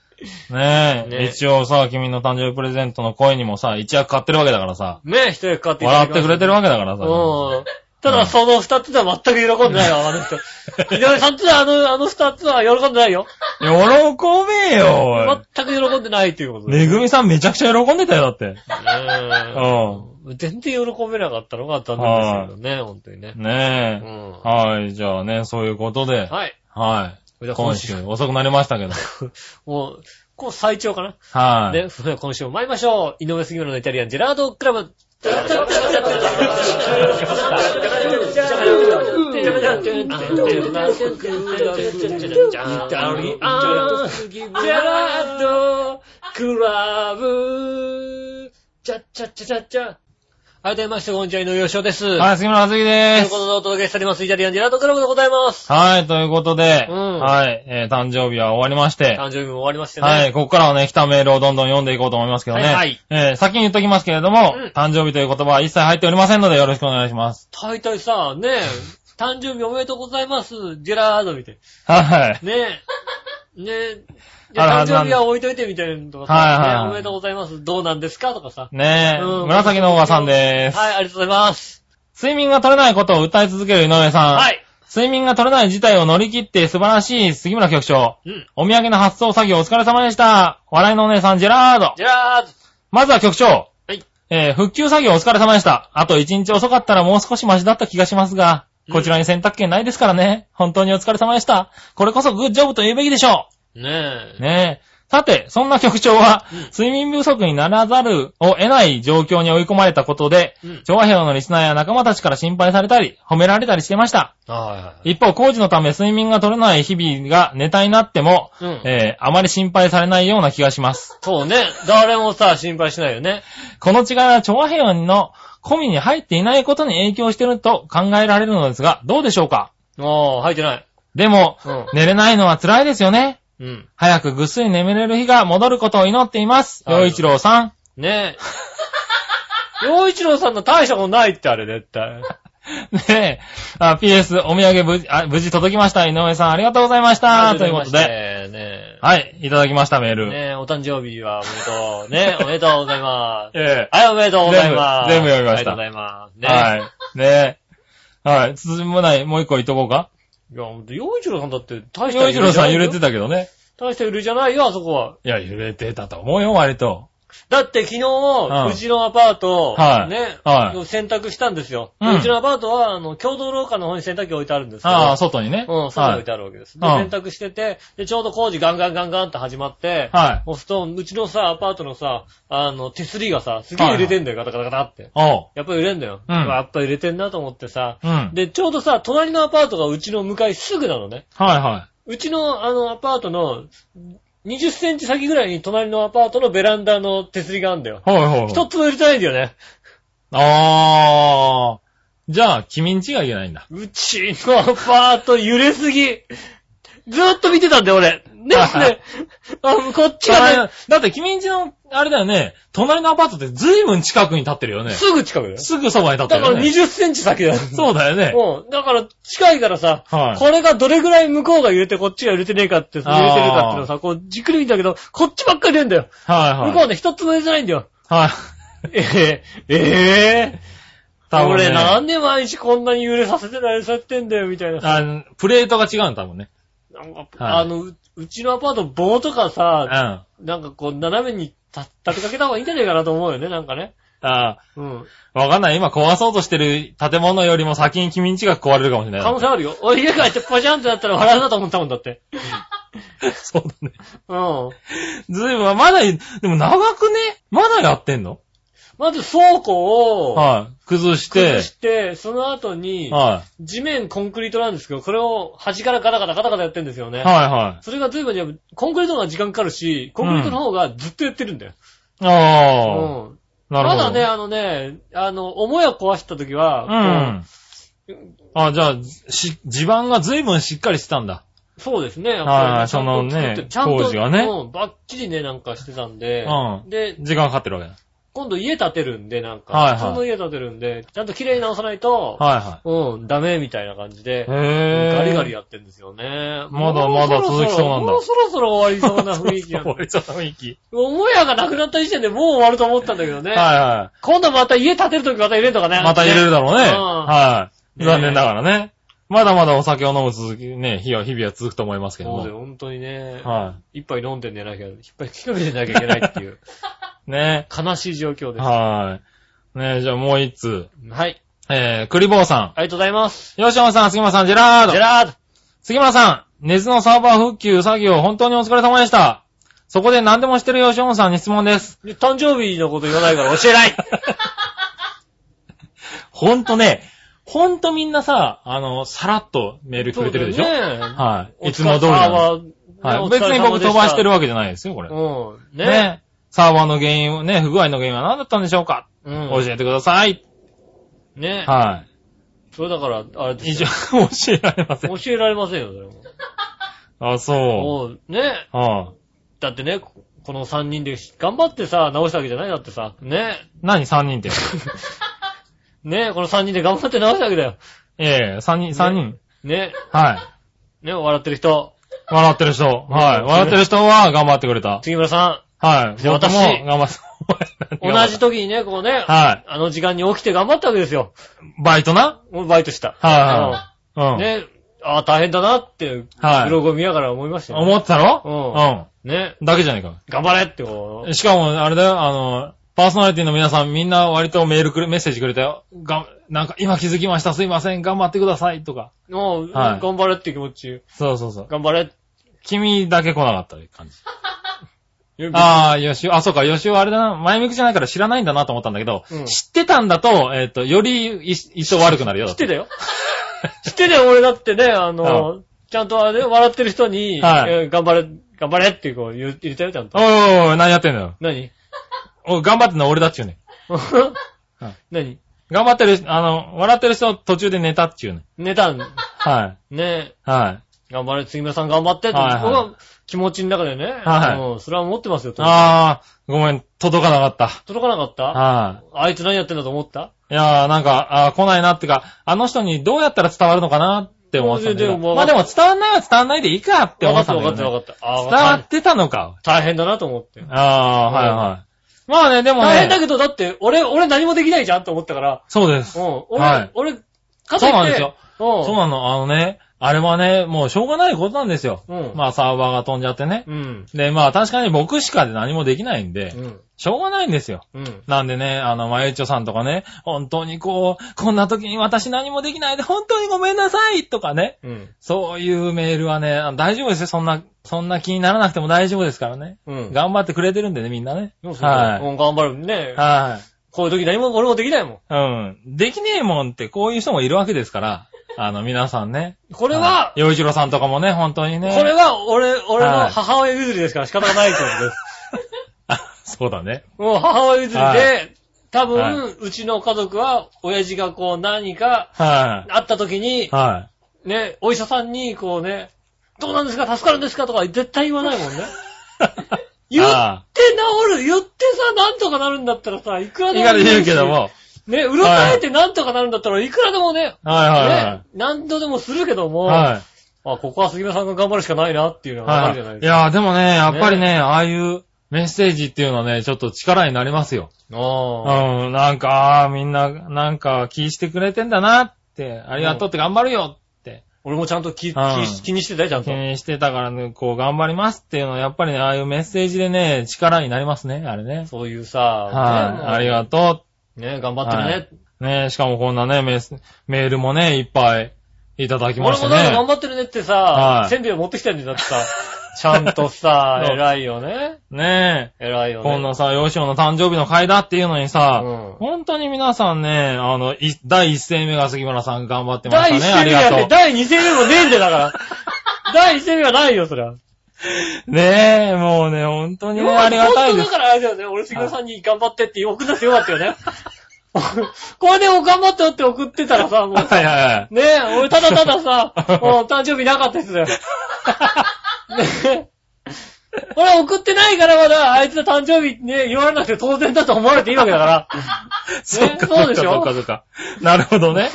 S2: ね
S3: え。一応さ、君の誕生日プレゼントの声にもさ、一役買ってるわけだからさ。
S2: 何ねえ、一役買っていただ
S3: 笑
S2: き
S3: っ
S2: まして
S3: くれてるわけだからさ。
S2: うん。ただ、その二つでは全く喜んでないわ、あの 人。井上さんってあの、あの二つは喜んでないよ。
S3: 喜べよ、
S2: 全く喜んでないということ
S3: おい。
S2: で。
S3: めぐみさんめちゃくちゃ喜んでたよ、だって。う
S2: うん。全然喜べなかったのが残念ですけどね、本当にね。
S3: ん。ね
S2: う
S3: え。
S2: ん。
S3: はい、じゃあね、そういうことで。
S2: はい。
S3: はい。
S2: それでは
S3: 今
S2: 今週
S3: 週、遅くなりま したけど。
S2: もう、こう最長かな。
S3: はい、
S2: ね、それでは今週も参りましょう。井上杉村のイタリアンジェラードクラブ。改めまして、こんにちは、井上洋翔です。
S3: はい、杉村和樹
S2: と
S3: で
S2: いう
S3: す
S2: こ。とでお届けしております、イタリアンジェラートクラブでございます。
S3: はい、ということで、
S2: うん
S3: はい、えー誕生日は終わりまして、
S2: 誕生日も終わりましてね。
S3: はい、ここからはね、来たメールをどんどん読んでいこうと思いますけどね。
S2: はいはい
S3: えー先に言っときますけれども、
S2: うん
S3: 誕生日という言葉は一切入っておりませんので、よろしくお願いします。
S2: 大体さ、ねえ、誕生日おめでとうございます、ジェラードみたい
S3: はい。
S2: な。ねえ、ねえ、いや
S3: あら
S2: 誕生日は置いといてみたいなのとかさ、
S3: はいはいはい
S2: ねえおめでとうございます、どうなんですかとかさ。
S3: ねえ、
S2: うん
S3: 紫のおばさんでーす、
S2: はい、ありがとうございます。
S3: 睡眠が取れないことを訴え続ける井上さん。
S2: はい。
S3: 睡眠が取れない事態を乗り切って素晴らしい杉村局長。
S2: うん。
S3: お土産の発送作業お疲れ様でした。笑いのお姉さん、ジェラード。
S2: ジェラード
S3: まずは局長。
S2: はい。
S3: えー復旧作業お疲れ様でした。あと1日遅かったらもう少しマシだった気がしますが、こちらに選択権ないですからね。本当にお疲れ様でした。これこそグッジョブと言うべきでしょ
S2: ね
S3: う。
S2: え。
S3: ねえ。さて、そんな局長は、睡眠不足にならざるを得ない状況に追い込まれたことで、
S2: うん。
S3: 調和平和のリスナーや仲間たちから心配されたり、褒められたりしてました。
S2: はいはい。
S3: 一方、工事のため睡眠が取れない日々がネタになっても、
S2: うん
S3: えーあまり心配されないような気がします。
S2: そうね。誰もさ、心配しないよね。
S3: この違いは、調和平穏の込みに入っていないことに影響していると考えられるのですが、どうでしょうか
S2: ああ、入ってない。
S3: でも、
S2: うん
S3: 寝れないのは辛いですよね。
S2: うん。
S3: 早くぐっすり眠れる日が戻ることを祈っています。
S2: はい
S3: 洋一郎さん。
S2: ね え。洋一郎さんの大したことないってあれ、絶対。
S3: ねえ。あ PS、お土産無事あ無事届きました。井上さん、ありがとうございました。ということで。
S2: ねえ、ね
S3: はい、いただきました、メー
S2: え。
S3: ル。
S2: ねえ、お誕生日はおめでとう。ねえ、おめでとうございます。
S3: ええ
S2: はい、おめでとうございます。
S3: 全部全部読みました
S2: ありがとうございます。ね。い。
S3: はい。ねえ。はい。続もない、もう一個言っとこうか。
S2: いや、ほんと、洋一郎さんだって大した
S3: 洋一郎さん揺れて
S2: た。
S3: たけどね。
S2: 大した揺れじゃないよ、あそこは。
S3: いや、揺れてたと思うよ、割と。
S2: だって昨日、
S3: ん
S2: うちのアパート、
S3: はい
S2: ね、
S3: はい
S2: 洗濯したんですよ。で
S3: う
S2: うんちのアパートは、あの、共同廊下の方に洗濯機置いてあるんですけど、
S3: ああ、外にね。
S2: うん、そう
S3: は
S2: 置い
S3: い
S2: て。あるわけです。
S3: う
S2: で、
S3: ん
S2: 洗濯してて、で、ちょうど工事ガンガンガンガンって始まって、
S3: はい
S2: 押すと、うちのさ、アパートのさ、あの、手すりがさ、すげえ揺れてんだよ、ガタガタガタって。
S3: おう。
S2: やっぱり揺れんだよ。
S3: うん
S2: やっぱ揺れてんなと思ってさ、
S3: うん。
S2: で、ちょうどさ、隣のアパートがうちの向かいすぐなのね。
S3: はいは
S2: うちの、あの、アパートの、20センチ先ぐらいに隣のアパートのベランダの手すりがあるんだよ。
S3: い。はいはいはい。
S2: 一つも揺れてないんだよね。
S3: ああ。じゃあ、君んちがいけないんだ。
S2: うちのアパート揺れすぎ。ずーっと見てたんだよ、俺。ね、ね。あ、こっちがね、
S3: だって君んちの、あれだよね、隣のアパートって随分近くに立ってるよね。
S2: すぐ近くだよ。
S3: すぐそばに立って
S2: だ
S3: る
S2: か
S3: よ
S2: ら
S3: ね。
S2: 20セン チ先だよ。
S3: そうだよね。
S2: うん。だから近いからさ、
S3: はい
S2: これがどれぐらい向こうが揺れてこっちが揺れてねえかって、揺れてるかっていうのをさ、こうじっくり見たけど、こっちばっかり出んだよ。
S3: はい
S2: 向こ
S3: は
S2: う
S3: い。
S2: ね、一つも揺れてないんだよ。
S3: はい。
S2: ええええ
S3: 多分ね
S2: 俺なんで毎日こんなに揺れさせてられちゃってんだよ、みたいな。
S3: あの、プレートが違うんだ、多分ね。
S2: なんかあの、ううちのアパート棒とか
S3: う
S2: さ
S3: ん。、あ
S2: なんかこう、斜めに立立てかけた方がいいんじゃないかなと思うよね、なんかね。
S3: あ
S2: うん。
S3: ー、わかんない。今壊そうとしてる建物よりも先に君んちが壊れるかもしれない。
S2: 可能性あるよ。俺家帰ってポジャンってなったら笑うなと思ったもんだって。
S3: そうだね。
S2: うん。
S3: ずいぶん、まだ、でも長くねまだやってんの
S2: まず倉庫を、
S3: はい。崩して、
S2: 崩して、その後に、
S3: は
S2: 地面コンクリートなんですけど、これを端からガタガタガタガタやってんですよ
S3: い。
S2: ね。
S3: はいは
S2: それが随分じゃ、コンクリートの方が時間かかるし、コンクリートの方がずっとやってるんだよ。
S3: い。ああ、
S2: うん。
S3: なるほど。
S2: まだね、あのね、あの、母屋壊した時は、こ
S3: うん。あ、じゃあ、し、地盤が随分しっかりしてたんだ。
S2: うそうですね、やっ
S3: はい
S2: ぱりちゃんと作って
S3: そのね
S2: ちゃんと、
S3: 工事がね
S2: うん、ばっちりね、なんかしてたんで、
S3: うん
S2: で、
S3: 時間かかってるわけだ。
S2: 今度家建てるんで、なんか、
S3: はいはい
S2: 普通の家建てるんで、ちゃんと綺麗に直さないと、
S3: はいは
S2: うん、ダメみたいな感じで
S3: い。、へー。
S2: ガリガリやってんですよね。
S3: まだまだ続きそうなんだ
S2: もうそろそろもうそろそろ終わりそうな雰囲気なん
S3: 終
S2: だ
S3: わり そうな雰囲気。
S2: 母屋がなくなった時点でもう終わると思ったんだけどね。
S3: はいは
S2: 今度また家建てるときまた入れるとかね。
S3: い。また入れるだろうね。
S2: うん
S3: はい。
S2: ね
S3: 残念ながらね。まだまだお酒を飲む続き、ね、日は、日々は続くと思いますけど
S2: そうだ
S3: も。
S2: よ、本当にね。
S3: は
S2: 一杯飲んで寝なきゃ、一杯一人で寝なきゃいけないっていう、
S3: い。ね。
S2: 悲しい状況で
S3: は
S2: す。
S3: い。ね、じゃあもう一通。
S2: はい。
S3: えー、クリボーさ
S2: ありがとうございます。
S3: ん。吉野さん、杉村さん、ジェラード
S2: ジェ。ラード
S3: 杉村さん、熱のサーバー復旧作業、本当にお疲れ様でした。そこで何でもしてる吉本さんに質問です。
S2: で誕生日のこと言わないから教えない
S3: ほんとね、ほんとみんなさ、あの、さらっとメールくれてるでしょ、
S2: そうだよね
S3: はい。いつも通りなの。はい。別に僕飛ばしてるわけじゃないですよ、これ。
S2: わけ。うん。
S3: ね
S2: ね
S3: サーバーの原因をね、不具合の原因は何だったんでしょうか、
S2: うん。
S3: 教えてください。
S2: ね
S3: は
S2: それだから、あれ
S3: い。以
S2: です
S3: 上、
S2: よ。
S3: 教えられません。
S2: 教えられませんよ、それも。
S3: あ、そ
S2: もう、ね
S3: う。はあ、
S2: だってね、ここの3人で頑張ってさ、直したわけじゃないだってさ、ね
S3: 何 ?3 人 って。
S2: ねこの3人で頑張って直したわけだよ。
S3: ええ、3人、3人。
S2: ね
S3: はい。
S2: ね笑ってる人、
S3: 笑ってる人。はい。笑ってる人は頑張ってくれた。
S2: 杉村さ
S3: はい。
S2: じゃあ
S3: 僕も
S2: 私
S3: 頑張っ
S2: ん、同じ時にね、こうね、
S3: は
S2: あの時間に起きて頑張ったわけですよ。
S3: い。バイトな
S2: もうバイトした。
S3: はいう
S2: うん
S3: ん。
S2: ねああ、大変だなって、
S3: はい
S2: ブログを見ながら思いましたよ、ね。
S3: 思ってたろ
S2: うね
S3: うん。だけじゃないか。
S2: 頑張れってこう。
S3: しかも、あれだよ、あの、パーソナリティの皆さんみんな割とメールくれ、メッセージくれたよ。が、なんか今気づきました、すいません、頑張ってください、とか。
S2: もう、
S3: はい
S2: 頑張れって気持ち。
S3: そうそうそう。
S2: 頑張れ。
S3: 君だけ来なかった感じ。
S2: あ。
S3: ああ、よしお、あ、そうか、よしおあれだな、前向きじゃないから知らないんだなと思ったんだけど、
S2: うん
S3: 知ってたんだと、えっ、と、より一一生悪くなるよ。
S2: 知ってたよ。 知ってたよ、俺だってね、あの、ちゃんとあれ、笑ってる人に、
S3: はい
S2: えー頑張れ、頑張れってこう言う言ったよ、ちゃん
S3: お
S2: と。
S3: いおいおい、何やってんだよ。
S2: 何
S3: おい頑張ってんの俺だっちゅうね。
S2: 何
S3: 頑張ってる、あの、笑ってる人途中で寝たっちゅうね。
S2: 寝たん、
S3: はい。
S2: ね
S3: はい。
S2: 頑張れ、杉村さん頑張ってって、
S3: はいはい
S2: 僕は気持ちの中でね、
S3: はい
S2: うんそれは思ってますよ、
S3: あー、ごめん、届かなかった。
S2: 届かなかった
S3: は
S2: あいつ何やってんだと思った
S3: い。いやー、なんか、あー来ないなってか、あの人にどうやったら伝わるのかなって思ってたんだけ
S2: もう
S3: ど。
S2: でも
S3: まあでも伝わんないは伝わんないでいいかって
S2: 分
S3: 思
S2: かっ
S3: ったん
S2: た
S3: だ
S2: 分
S3: け
S2: か
S3: ど、
S2: っ
S3: ね。
S2: た分かった。あ
S3: 伝
S2: ー
S3: わってたのか。
S2: 大変だなと思って。
S3: あー、はいはい。まあね、でもね。
S2: 大変だけど、だって、俺、俺何もできないじゃんと思ったから、
S3: そうです
S2: う。ん、俺、
S3: はい
S2: 俺、かと
S3: そ
S2: いって
S3: うなんですよ。
S2: うん。
S3: そうなの、あのね、あれはね、もうしょうがないことなんですよ。
S2: うん
S3: まあサーバーが飛んじゃってね。
S2: うん。
S3: で、まあ確かに僕しかで何もできないんで
S2: う、ん。
S3: しょうがないんですよ。
S2: うん。
S3: なんでね、あの、まゆちょさんとかね、本当にこう、こんな時に私何もできないで、本当にごめんなさいとかね。
S2: うん。
S3: そういうメールはね、あ大丈夫ですよ。そんな、そんな気にならなくても大丈夫ですからね。
S2: うん。
S3: 頑張ってくれてるんでね、みんなね。
S2: そうそうう
S3: は
S2: ん頑張る
S3: い。
S2: ね。
S3: はい。
S2: こういう時何も、俺もできないも
S3: うん。できねえもんってこういう人もいるわけです から、あの、皆さんね。
S2: ん。こ
S3: こ
S2: れは、
S3: 洋一郎さんとかもね、本当にね。
S2: これは俺、俺
S3: は
S2: の
S3: い
S2: 母親譲りですから仕方がないってことです。
S3: あ、 そうだね。
S2: もう母親譲り
S3: は
S2: で、多分、
S3: はいう
S2: ちの家族は、親父がこう何か
S3: はい、
S2: あった時に、
S3: はい、
S2: ね、お医者さんにこうね、どうなんですか助かるんですかとか絶対言わないも んね。言って
S3: あ
S2: 治る言ってさ、なんとかなるんだったらさ、いくらで
S3: い
S2: も
S3: か
S2: 言
S3: に
S2: う
S3: 言う
S2: し
S3: けど。も。
S2: ね、うろたえてなんとかなるんだったらいくらでもね、
S3: はいはいはい
S2: ね、何度でもするけども、
S3: は
S2: あ、ここは杉村さんが頑張るしかないなっていう
S3: い。
S2: のはわかるじゃな
S3: はいい。い
S2: ですか。
S3: やーでもね、やっぱりね、ああいうメッセージっていうのはね、ちょっと力になりますよ。う
S2: ああ
S3: ん、なんか、あーみんな、なんか、気してくれてんだなって、ありがとうって頑張るよって
S2: 俺もちゃんと気気
S3: うん
S2: 気にしてたよ、ちゃん
S3: 気
S2: と。
S3: にしてたからね、こう頑張りますっていうのは、やっぱりね、ああいうメッセージでね、力になりますね、あれね。
S2: そういうさ、ね
S3: はい。ありがと
S2: ね、頑張ってるね。
S3: はいいう。ねしかもこんなね、メッセメールもね、いっぱいいただきま
S2: 俺
S3: した
S2: も
S3: ね。
S2: なんか頑張ってるねって
S3: は
S2: さ、
S3: い、
S2: せんべい持ってきたんだよだってさ、 ちゃんとさ
S3: そう
S2: 偉いよね。
S3: ね
S2: 偉い
S3: え、
S2: よね。
S3: こんなさ、ヨシオの誕生日の会だっていうのにさ、
S2: うん
S3: 本当に皆さんね、あの、い第一声目が杉村さん頑張ってました
S2: 第
S3: ね。
S2: 1
S3: あ
S2: 戦
S3: り
S2: 目や
S3: が
S2: って、
S3: と
S2: 第2戦目もねえんだよ、だから。第1戦目はないよ、そりゃ。
S3: う。ねえ、もうね、本当にね、ありがたいで
S2: 本当
S3: す
S2: だ。からあれだよね、俺杉村さんに頑張ってって送んなくてよかった よね。これでも頑張ったよって送ってたらさ、もう
S3: はいはいはい。
S2: ねえ、俺ただたださ、 もう誕生日なかった人だよ。ねえ。俺送ってないからまだ、あいつの誕生日ね、言われなくて当然だと思われていいわけだから。
S3: そっか、
S2: そうでしょ
S3: そっか、そっか。なるほどね。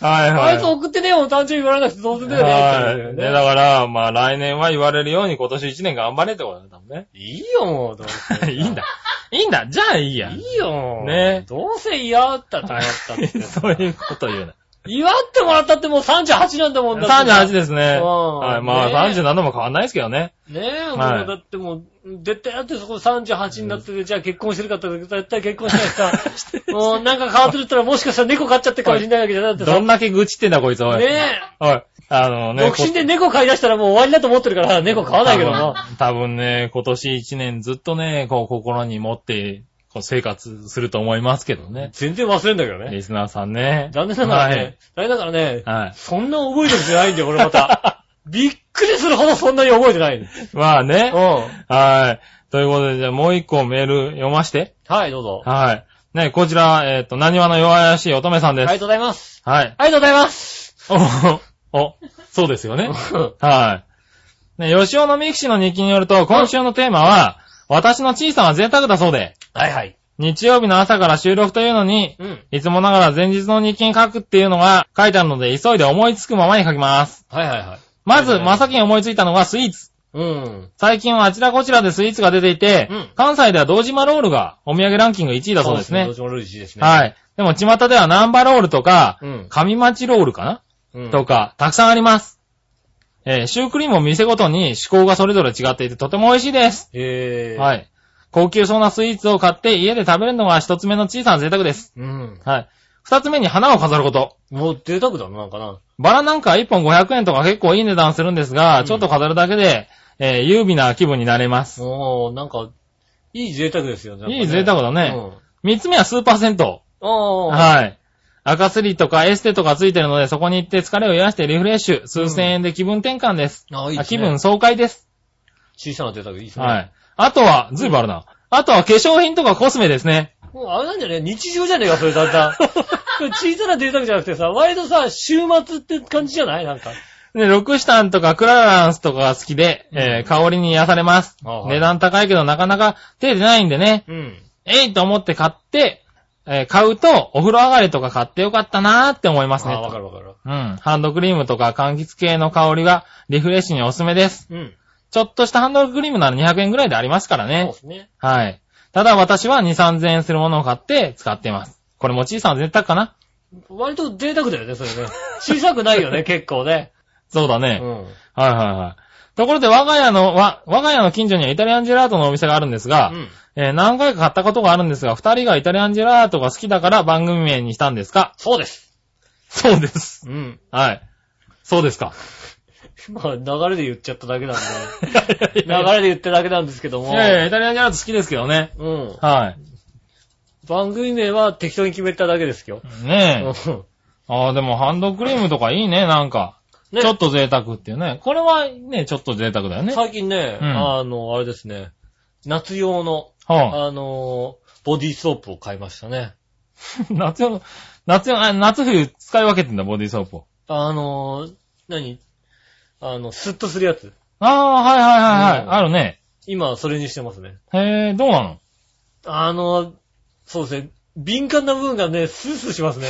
S3: はいはい。
S2: あいつ送ってねえもん、誕生日言われなくて当然だよね
S3: は
S2: っ
S3: い。ね、
S2: て言う
S3: だ
S2: よね。
S3: から、まあ来年は言われるように今年1年頑張れってことだもんね。
S2: いいよ、もう。どう せ
S3: いいんだ。。いいんだ。じゃあいいや
S2: い。いよ。
S3: ねえ
S2: どうせ嫌だったと思ったって さ。
S3: そういうこと言うな。
S2: 祝ってもらったってもう38なんだもんだって。
S3: 38ですね。
S2: うん
S3: はい。まあ
S2: ね
S3: 37も変わんないですけどね。
S2: ねえ、
S3: はい
S2: もうだってもう、絶対だってそこ38になってて、じゃあ結婚してるかって言ったら絶対結婚して ないしさ、もうなんか変わってるったらもしかしたら猫飼っちゃってるかもしれないわけじゃなくて
S3: ど
S2: さ
S3: ん、だけ愚痴ってんだこいつ、おい。
S2: ね
S3: おい。あのね、
S2: 独身で猫飼い出したらもう終わりだと思ってるから、猫飼わないけどな。
S3: 多分ね、今年一年ずっとね、こう心に持って、こう生活すると思いますけどね。
S2: 全然忘れんだけ どね。
S3: リスナーさんね。
S2: 残念ながらね、残念ながらね、
S3: はい。はい。
S2: そんな覚えてるじゃないんだよ、俺 また。びっくりするほどそんなに覚えてない。うん。
S3: まあ ね。はい。ということで、じゃあもう一個メール読まして。
S2: はい、どうぞ。あ
S3: はい。ね、こちら、えっ、と、何話の弱々しい乙女さん
S2: り
S3: です。
S2: がとうございます。
S3: はい。
S2: ありがとうござい ます。
S3: お、お、そうですよね。 はい。ね、吉尾のミクシーの日記によると、今週のテーマは、私の小さな贅沢だそうで、
S2: はいはい。
S3: 日曜日の朝から収録というのに、
S2: うん。
S3: いつもながら前日の日記に書くっていうのが書いてあるので、急いで思いつくままに書きます。
S2: はいはいはい。
S3: まず、
S2: はいはい
S3: 真っ先に思いついたのがスイーツ。
S2: うん。
S3: 最近はあちらこちらでスイーツが出ていて、
S2: うん
S3: 関西では堂島ロールがお土産ランキング1位だそうですね。
S2: どっちもルージーですね。い。
S3: はい。でも、巷ではナンバロールとか、
S2: うん。
S3: 上町ロールかな、
S2: うん
S3: とか、たくさんあります。えーシュークリームも店ごとに趣向がそれぞれ違っていてとても美味しいです。
S2: えー。。
S3: はいい。高級そうなスイーツを買って家で食べるのが一つ目の小さな贅沢です。
S2: うん。
S3: はい。二つ目に花を飾ること。
S2: もう贅沢だな、なんかな。
S3: バラなんか1本500円とか結構いい値段するんですが、
S2: ん
S3: ちょっと飾るだけで、えー優美な気分になれます。
S2: もう、なんか、いい贅沢ですよね。
S3: いい贅沢だね
S2: うん。
S3: 三つ目はスーパー銭湯。
S2: おー。
S3: はい。赤スリとかエステとかついてるので、そこに行って疲れを癒してリフレッシュ。数千円で気分転換です。
S2: あーいい
S3: あ
S2: です
S3: 気
S2: ね
S3: 分爽快です。
S2: 小さな贅沢いいですね。
S3: はい。あとは、ずいぶんあるな。あとは化粧品とかコスメですね。
S2: もうあれなんじゃね日常じゃねえか、それだ んだん。小さな贅沢じゃなくてさ、割とさ、週末って感じじゃないなんか。
S3: で、ロクシタンとかクラランスとかが好きで、えー香りに癒されます。
S2: あはい
S3: 値段高いけどなかなか手出ないんでね。
S2: うん。
S3: えいと思って買って、えー買うと、お風呂上がりとか買ってよかったなーって思いますね。
S2: あ、わかるわかる。
S3: うん。ハンドクリームとか柑橘系の香りがリフレッシュにおすすめです。
S2: うん。
S3: ちょっとしたハンドルクリームなら200円ぐらいでありますから
S2: そうで
S3: ね。
S2: すね。
S3: はい。ただ私は2、3000円するものを買って使っています。これも小さな贅沢かな
S2: 割と贅沢だよね、それね。小さくな いよね、結構ね。
S3: そうだ
S2: う
S3: ね。は
S2: ん。
S3: いはいはい。ところで我が家の、わ、我が家の近所にはイタリアンジェラートのお店があるんですが、
S2: うん。
S3: えー何回か買ったことがあるんですが、二人がイタリアンジェラートが好きだから番組名にしたんですか
S2: そうです。
S3: そうです。
S2: うん。
S3: はい。そうですか。
S2: まあ、流れで言っちゃっただけなん で。
S3: い
S2: 流れで言っただけなんですけども。
S3: やいや、イタリアンジェラート好きですけどね。
S2: うん。
S3: はい。
S2: 番組名は適当に決めただけですよ。
S3: ねえ。
S2: うん
S3: ああ、でもハンドクリームとかいいね、なんか。
S2: ね
S3: ちょっと贅沢っていうね。これはね、ちょっと贅沢だよね。
S2: 最近ね、
S3: うん
S2: あの、あれですね。夏用の、
S3: はあ、
S2: あの、ボディーソープを買いましたね。
S3: 夏用の、夏用、あ夏冬使い分けてんだ、ボディーソープを。
S2: あのー、何あの、スッとするやつ。
S3: ああ、はいはいはいはい。
S2: うん
S3: あるね。
S2: 今、それにしてますね。
S3: へえ、どうなの
S2: あのー、そうですね。敏感な部分がね、スースーしますね。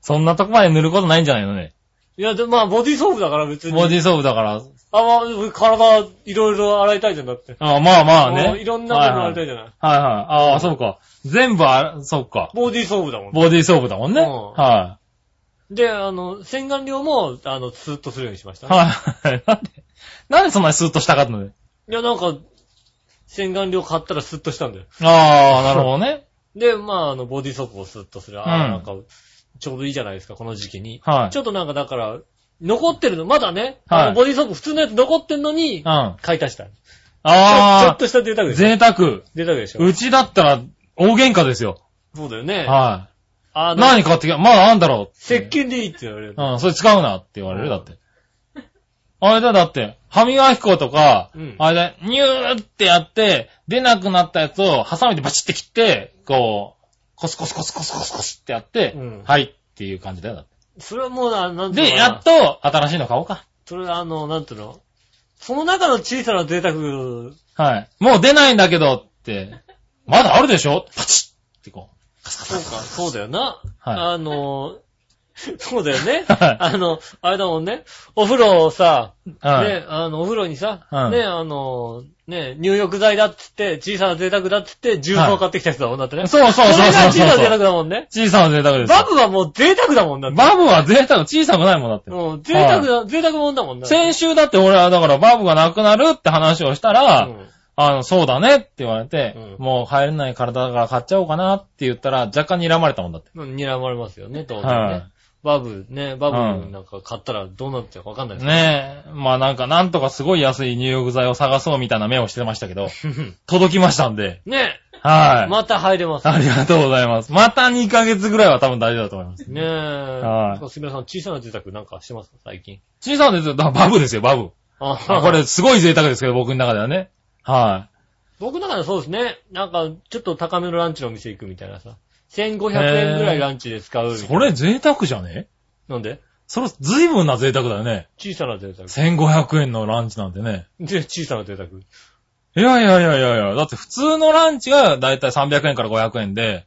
S3: そんなとこまで塗ることないんじゃないのね。
S2: いや、でまあ、ボディーソープだから別に。
S3: ボディーソープだから。
S2: あ、まあ、体、いろいろ洗いたいじゃんだって。
S3: ああ、まあまあ
S2: もう
S3: ね。
S2: いろんなもの洗いた
S3: はいいはい。
S2: じゃな
S3: は
S2: い。
S3: いはいああ、そうか。全部あら、そうか。
S2: ボディーソープだもん。
S3: ボディーソープだもんね。
S2: うん
S3: は
S2: で、あの、洗顔料も、あの、スーッとするようにしまし
S3: い。
S2: たね。
S3: はい。なんで、なんでそんなにスーッとしたかったのね。
S2: いや、なんか、洗顔料買ったらスッとしたんだよ。
S3: ああ、なるほどね。
S2: で、まあ、あの、ボディーソープをスッとする。ああ、
S3: うん
S2: なんか、ちょうどいいじゃないですか、この時期に。
S3: はい。
S2: ちょっとなんかだから、残ってるの、まだね、
S3: はい
S2: あのボディーソープ普通のやつ残ってんのに
S3: うん。、あ
S2: 買い足した。ちょちょっ
S3: あ
S2: と、した贅沢でしょ。
S3: 贅沢。
S2: 贅沢でしょ。
S3: うちだったら、大喧嘩ですよ。
S2: そうだよね。
S3: は
S2: あ
S3: い。
S2: の、
S3: 何買ってきたまだあんだろ
S2: 石鹸でいいって言われる
S3: う。。うん、それ使うなって言われるだって。あれだ、だって、歯磨き粉とか、
S2: うん
S3: あれだ、ニューってやって、出なくなったやつを、ハサミでバチって切って、こう、コスコスコスコスコスコスってやって、
S2: うん
S3: はいっていう感じだよ。だっ
S2: それはもうな、なん
S3: て
S2: ていう
S3: で、
S2: のかな
S3: やっと、新しいの買おうか。
S2: それはあの、なんていうのその中の小さな贅沢、
S3: はい。もう出ないんだけどって、まだあるでしょパチッってこう。
S2: そうか、そうだよな。
S3: は
S2: あの、そうだよね。
S3: はい
S2: あの、あれだもんね。お風呂をさ、
S3: うん。
S2: ね、あの、お風呂にさ、
S3: うん
S2: ね、あの、ね、入浴剤だっつって、小さな贅沢だっつって、重曹買ってきた人だもんだってね。
S3: そうそうそうそう
S2: それが
S3: そう
S2: 小さな
S3: そ
S2: 贅沢
S3: う。
S2: だもんね。
S3: 小さな贅沢ですよ。
S2: バブはもう贅沢だもんだって。
S3: バブは贅沢、小さくないもんだって。
S2: うん、贅沢だ、贅沢もんだもんな。
S3: 先週だって俺はだからバブがなくなるって話をしたら、
S2: うん
S3: あの、そうだねって言われて、
S2: うん
S3: もう入れない体だから買っちゃおうかなって言ったら若干睨まれたもんだって。
S2: 睨まれますよね、当然ね。
S3: は
S2: バブ、ね、バブなんか買ったらどうなっちゃうかわかんないです
S3: ねえ。まあなんか、なんとかすごい安い入浴剤を探そうみたいな目をしてました けど、届きましたんで。
S2: ね。ね
S3: はい。
S2: また入れます。
S3: ありがとうございます。また2ヶ月ぐらいは多分大丈夫だと思います。
S2: ねえ。
S3: はい
S2: すみません、小さな住宅なんかしてますか最近。
S3: 小さなですよ。だからバブですよ、バブ。
S2: あ
S3: これ、すごい贅沢ですけど、僕の中ではね。はい。
S2: 僕の中ではそうですね。なんか、ちょっと高めのランチのお店行くみたいなさ。1500円ぐらいランチで使うみたいな。
S3: それ贅沢じゃね
S2: なんで
S3: それ、随分な贅沢だよね。
S2: 小さな贅沢。
S3: 1500円のランチなんてね。
S2: で、小さな贅沢。
S3: いやいやいやいやいや、だって普通のランチがだいたい300円から500円で、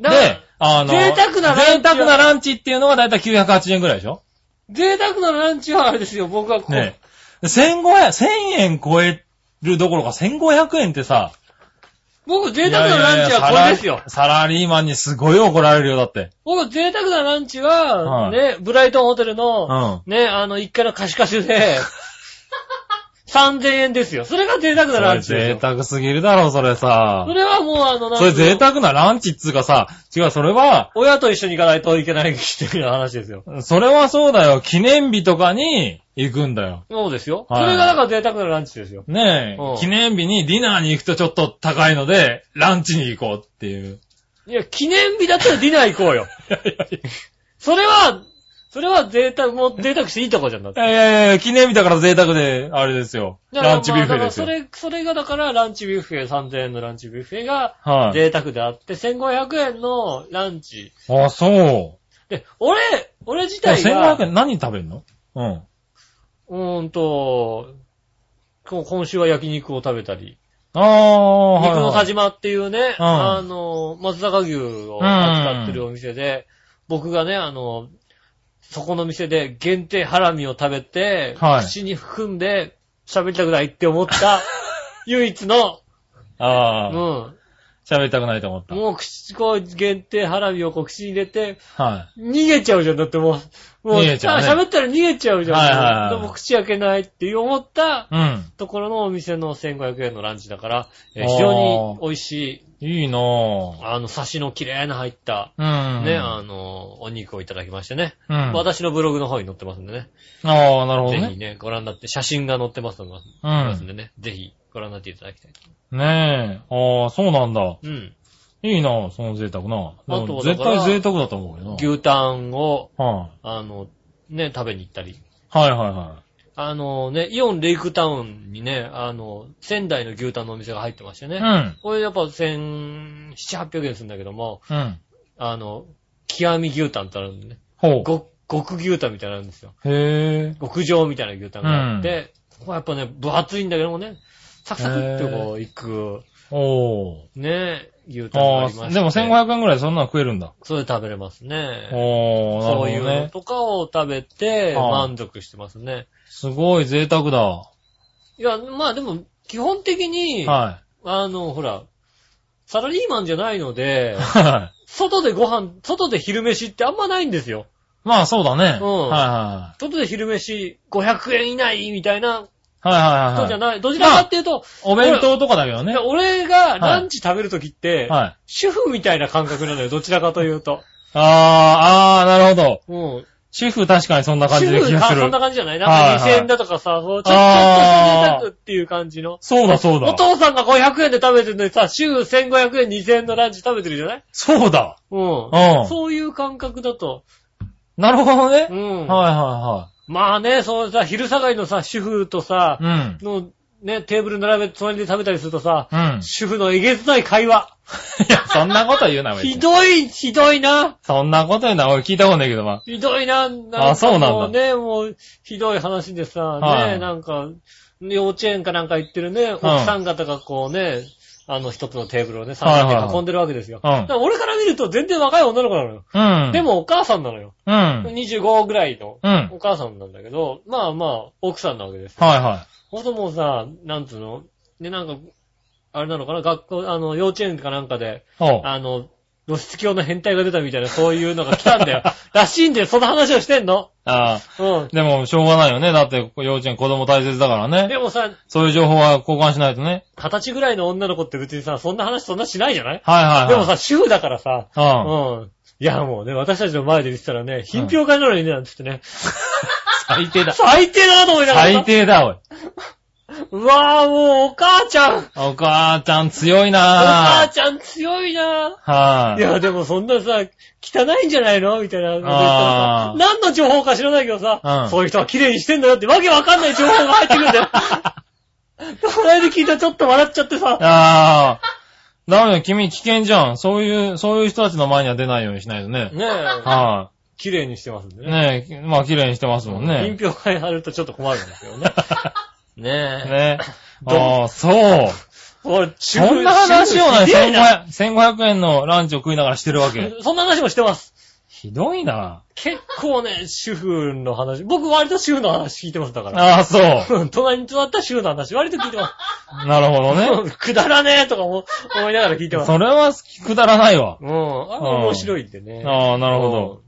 S2: だ
S3: で、あの、
S2: 贅沢なランチは
S3: 贅沢なランチっていうのがだいたい980円ぐらいでしょ
S2: 贅沢なランチはあれですよ、僕はこう。
S3: ねえ。1500、1000円超えるどころか1500円ってさ、
S2: 僕、贅沢なランチはこれで
S3: いやいや
S2: すよ
S3: いや。サラサラリーマンにすごい怒られるよ、だって。
S2: 僕、贅沢なランチは、
S3: はい
S2: ね、ブライトンホテルの、
S3: う
S2: ね、あの、1階の貸し貸 しで、3000円ですよ。それが贅沢な
S3: そ
S2: ラ
S3: れ
S2: ンチです
S3: 贅
S2: よ。
S3: 沢すぎるだろ、それさ
S2: そ。れはもう、あの、なんか
S3: それ贅沢なランチっつうかさ、違う、それは、
S2: 親と一緒に行かないといけないっていう話ですよ。
S3: それはそうだよ、記念日とかに行くんだよ。
S2: そうですよ。
S3: はい
S2: それがだから贅沢なランチですよ。
S3: ね
S2: うん
S3: え、記念日にディナーに行くとちょっと高いので、ランチに行こうっていう。
S2: いや、記念日だったらディナー行こう よ。
S3: いやいやい
S2: それは、それは贅沢、もう贅沢していいとこじゃんだって。
S3: やいやいや、記念日だから贅沢で、あれですよ。
S2: だから
S3: ランチビュッフェですよ
S2: ま。あだからそれ、それがだからランチビュッフェ、3000円のランチビュッフェが
S3: はい。
S2: 贅沢であって、1500円のランチ。
S3: あ、そう。
S2: で、俺、俺自体が、
S3: 1500円何食べるのうん。
S2: うーんと、こ今週は焼肉を食べたり、
S3: ああ、はい
S2: 肉
S3: はい。
S2: の田島っていうね、
S3: うん
S2: あの、松坂牛を扱ってるお店で、僕がね、あの、そこの店で限定ハラミを食べて、
S3: はい
S2: 口に含んで喋りたくないって 思った、唯一の、う
S3: ああ、
S2: ん、
S3: 喋りたくないと思った。
S2: もう口、こう、限定ハラミをこう口に入れて、
S3: は
S2: 逃げちゃうじゃん。だってもう、もう、
S3: 逃げちゃうね
S2: あ喋ったら逃げちゃうじゃん。
S3: はいはいはい
S2: でも口開けないっていう思った
S3: い。うん。
S2: ところのお店の1500円のランチだから、えー
S3: あー
S2: 非常に美味しい、
S3: いいなぁ。
S2: あの、刺しの綺麗な入った、
S3: うん。
S2: ね、あの、お肉をいただきましてね。
S3: うん。
S2: 私のブログの方に載ってますんでね。
S3: ああ、なるほど
S2: ぜひ
S3: ね。
S2: ね、ご覧になって、写真が載ってますので
S3: う
S2: ますん
S3: ん。
S2: でね、ぜひご覧になっていただきたい。
S3: ねえ。ああ、そうなんだ。
S2: うん。
S3: いいなぁ、その贅沢な。
S2: あ
S3: で
S2: と
S3: も
S2: はだ
S3: 絶
S2: から
S3: 対贅沢だと思うけどな。
S2: 牛タンを、
S3: は
S2: あの、ね、食べに行ったり。
S3: いはいはいは
S2: あのね、イオンレイクタウンにね、あの、仙台の牛タンのお店が入ってましてね。
S3: い。うん。
S2: これやっぱ1700、800円するんだけども、
S3: うん。
S2: あの、極み牛タンってあるんでね。
S3: ほう。
S2: ご極牛タンみたいなのあるんですよ。
S3: へえ。
S2: 極上みたいな牛タンがあって、ここはやっぱね、分厚いんだけどもね、サクサクってこう、いく、
S3: おー。
S2: ね、牛タンがあ
S3: あ
S2: りまし
S3: あ、
S2: て。
S3: でも1500円くらいそんなの食えるんだ。
S2: それ食べれますね。
S3: おー、なるほ
S2: そ
S3: ど
S2: ういうの
S3: ね。
S2: とかを食べて、
S3: はあ
S2: 満足してますね。
S3: すごい贅沢だ。
S2: いや、まあでも、基本的に、
S3: は
S2: あの、ほら、サラリーマンじゃないの
S3: い。、
S2: で
S3: はい。
S2: 外でご飯、外で昼飯ってあんまないんですよ。
S3: まあそうだね。
S2: うん
S3: は
S2: 外で昼飯500円以内みたいない
S3: はいはい。はい
S2: 人
S3: はい
S2: じ
S3: は
S2: ゃ
S3: い。
S2: ない。どちらかっていうと、
S3: お弁当とかだけどね。
S2: 俺がランチ食べるときって、
S3: はい。
S2: 主婦みたいな感覚なのよ。どちらかというと。
S3: あー、あー、なるほど。
S2: うん。
S3: 主婦確かにそんな感じ
S2: 主
S3: で気
S2: 婦
S3: がす
S2: そ
S3: る
S2: んな。感じじゃない
S3: はい
S2: なん
S3: は
S2: か
S3: い
S2: 2000円だとかさ、そうちょっと
S3: あー
S2: 贅沢っていう感じの。
S3: そうだそう
S2: お
S3: だ。
S2: 父さんが500円で食べてるのにさ、週1500円、2000円のランチ食べてるじゃない
S3: そうだ。
S2: う。
S3: うんん
S2: そういう感覚だと。
S3: なるほどね。はい
S2: うん。
S3: は
S2: まあね、そうさ、昼下がりのさ、主婦とさ
S3: いはい。、うん。
S2: の、ね、テーブル並べて隣で食べたりするとさ、
S3: うん。
S2: 主婦のえげつない会話。
S3: いや、そんなこと言うな、別に
S2: ひどい、ひどいな。
S3: そんなこと言うな、俺聞いたことないけど、ま
S2: ひどいな。なんか
S3: あそうなんだ
S2: もうね、もう、ひどい話でさ、
S3: は
S2: ね、
S3: い
S2: なんか、幼稚園かなんか行ってるね、奥さん方がこうね、あの一つのテーブルを
S3: はい
S2: ね、3
S3: はい
S2: 人で囲んでるわけですよ。
S3: うん
S2: だから俺から見ると全然若い女の子なのよ。
S3: あ。うん。
S2: で、もお母さんなのよ。
S3: うん。はい
S2: 25ぐらいの
S3: うん
S2: お母さんなんだけど、まあまあ、奥さんなわけです。
S3: は
S2: ほんともうさ、なんつうので、なんか、あれなのかな学校、あの、幼稚園かなんかで、
S3: い。おう。
S2: あの、露出狂の変態が出たみたいな、そういうのが来たん だよ。らしいんだよ、その話をしてんの。
S3: あ
S2: うん
S3: ー。でも、しょうがないよね。だって、幼稚園子供大切だからね。
S2: でもさ、
S3: そういう情報は交換しないとね。
S2: 二十歳ぐらいの女の子って別にさ、そんな話そんなしないじゃない
S3: はいはいはい。
S2: でもさ、主婦だからさ、
S3: うん、
S2: うん。いや、もうね、私たちの前で言ってたらね、品評会なのにね、なんつってね、
S3: 最低だ。
S2: 最低だなと思いながら。
S3: 最低だ、おい。
S2: うわぁ、もうお母ちゃん。お
S3: お母ちゃん強いな
S2: 母
S3: ぁ。
S2: ちゃん強いな
S3: はい
S2: や、でもそんなさ、汚いんじゃないのみたいなこと言ったらさ
S3: あ。ー
S2: 何の情報か知らないけどさ、
S3: うん
S2: そういう人は綺麗にしてんだよってわけわかんない情報が入ってくるん だよ。この間聞いたらちょっと笑っちゃってさ。
S3: ああ。ダメだよ、君危険じゃん。そういう、そういう人たちの前には出ないようにしないとね。
S2: ねえ、
S3: は
S2: 綺麗にしてますんで
S3: い。
S2: ね。
S3: ねえ、まあ綺麗にしてますもんね。
S2: 品評会貼るとちょっと困るんです よね。ねえ。
S3: ね。ああ、そう。
S2: 俺、 中
S3: そんな話をない
S2: ひでえな
S3: 1500 1500円のランチを食いながらしてるわ け。
S2: そんな話もしてます。
S3: ひどいな。
S2: 結構ね、主婦の話。僕割と主婦の話聞いてます、だから。
S3: ああ、そう。
S2: 隣に座った主婦の話、割と聞いてます。
S3: なるほど ね。
S2: くだらねえとか思思いながら聞いてます。
S3: それはくだらないわ。
S2: うん。あれ面白いんでね。
S3: ああ、なるほど。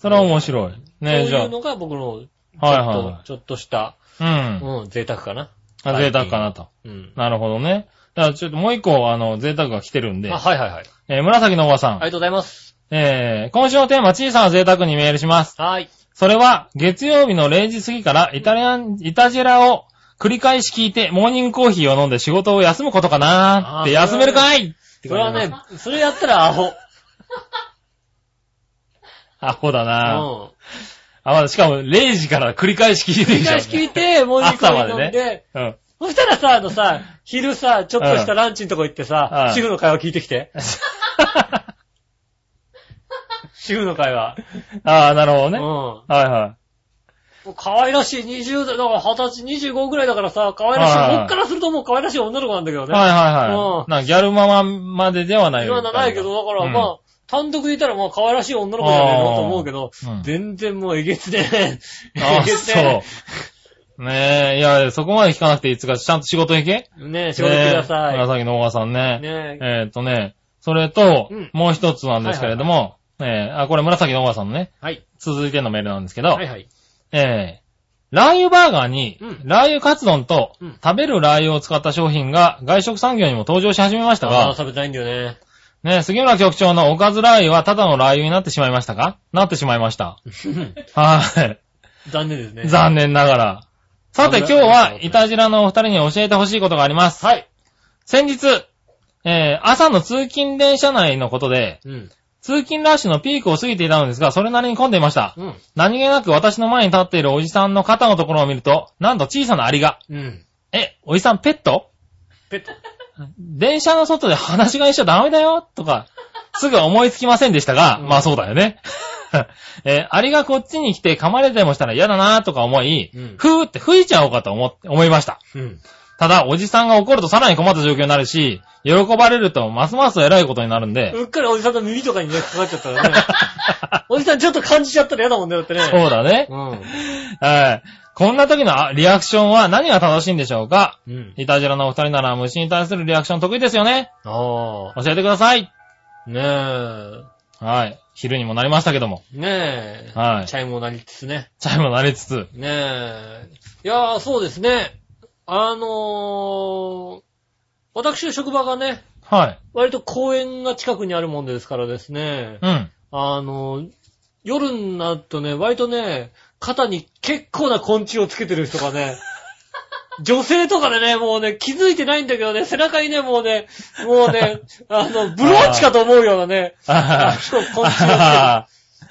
S3: それは面白い。ねえ、じ
S2: そう
S3: ゃ
S2: いうのが僕の、ちょっと、
S3: あ。はいは
S2: ちょっとした、
S3: いはい。うん。
S2: うん、贅沢かな。
S3: あ贅沢かなと。
S2: うん。
S3: なるほどね。だからちょっともう一個、あの、贅沢が来てるんで
S2: あ、、はいはいはい。
S3: えー紫のおばさ
S2: あ
S3: ん
S2: り。がとうございます。
S3: えー、今週のテーマ、小さな贅沢にメールします。
S2: はい。
S3: それは、月曜日の0時過ぎから、イタリアン、イタジェラを繰り返し聞いて、モーニングコーヒーを飲んで仕事を休むことかなーって、
S2: あーそ
S3: 休
S2: れは
S3: めるかいって
S2: それはね、それやったらアホ。
S3: アホだなー
S2: うん。
S3: あ、まだしかも0時から繰り返し聞いて
S2: 繰
S3: き
S2: り
S3: ちゃう
S2: 返
S3: ね
S2: し聞いて、もう一
S3: 朝
S2: 回
S3: まで
S2: 飲
S3: ね
S2: んで、
S3: うん。
S2: そしたらさ、あのさ、昼さ、ちょっとしたランチのとこ行っ
S3: う
S2: てさ
S3: ん、
S2: 主婦の会話聞いてき て。主婦の会話。
S3: ああ、なるほど
S2: うん。
S3: ね。
S2: も
S3: はいは
S2: う可愛らしい20代、だから20歳、25ぐらいだからさ、可愛らしい
S3: は。い
S2: 僕からするともう可愛らしい女の子なんだけど
S3: い。
S2: ね。
S3: はいはい
S2: うん
S3: はい。なんかギャルママまでではない
S2: 今ならないけど、だからまあ、単独でいたらまあ可愛らしい女の子じゃねえのと思うけど
S3: あーう、ん
S2: 全然もうえげつねえ。
S3: あ
S2: え
S3: あ、
S2: げつね
S3: そ う。ねえ、いや、そこまで聞かなくていいっつうか、ちゃんと仕事行け
S2: え。ねえ、仕事くださ
S3: ねえ
S2: い。
S3: 紫のおばさんね。
S2: ねえ。
S3: えーっとね、それと
S2: うん、
S3: もう一つなんですけれども、えーあ、これ紫のおばさんのね、
S2: はい。
S3: 続いてのメールなんですけど、
S2: はいはい。
S3: えーラー油バーガーに、
S2: うん
S3: ラー油カツ丼と、
S2: うん
S3: 食べるラー油を使った商品が外食産業にも登場し始めました
S2: ああー、
S3: が、
S2: 食べたいんだよね。
S3: ね、杉村局長のおかずラー油はただのラー油になってしまいましたかなってしまいました。はい。
S2: 残念ですね。
S3: 残念ながら。さて今日は、イタジラのお二人に教えてほしいことがあります。
S2: はい。
S3: 先日、えー朝の通勤電車内のことで、
S2: うん。
S3: 通勤ラッシュのピークを過ぎていたのですが、それなりに混んでいました。
S2: うん。
S3: 何気なく私の前に立っているおじさんの肩のところを見ると、なんと小さなアリが、
S2: うん。
S3: え、おじさんペット
S2: ペット。
S3: 電車の外で話が一緒ダメだよとか、すぐ思いつきませんでしたが、
S2: うん
S3: まあそうだよね。 えーアリがこっちに来て噛まれてもしたら嫌だなとか思い、
S2: うん
S3: ふーって吹いちゃおうかと思って、思いました。
S2: うん。
S3: ただ、おじさんが怒るとさらに困った状況になるし、喜ばれるとますます偉いことになるんで、
S2: うっかりおじさんの耳とかにね、かかっちゃったら ね。おじさんちょっと感じちゃったら嫌だもんね、だってね。
S3: そうだね。
S2: う
S3: はい。こんな時のあリアクションは何が正しいんでしょうか
S2: ん。うん。
S3: イタジラのお二人なら虫に対するリアクション得意ですよね
S2: ああ。
S3: 教えてください
S2: ね
S3: はい。昼にもなりましたけども。
S2: え。ねえ。
S3: はい
S2: チャイムを鳴りつつね。
S3: チャイムもなりつつ。
S2: ねえ。いやー、そうですね。あのー、私の職場がね、
S3: はい。
S2: 割と公園が近くにあるもんですからですね。
S3: うん。
S2: あのー、夜になるとね、割とね、肩に結構な昆虫をつけてる人 がね、女性とかでね、もうね、気づいてないんだけどね、背中にね、もうね、もうね、あの、ブローチかと思うようなね、
S3: あ
S2: そうこっち
S3: あ。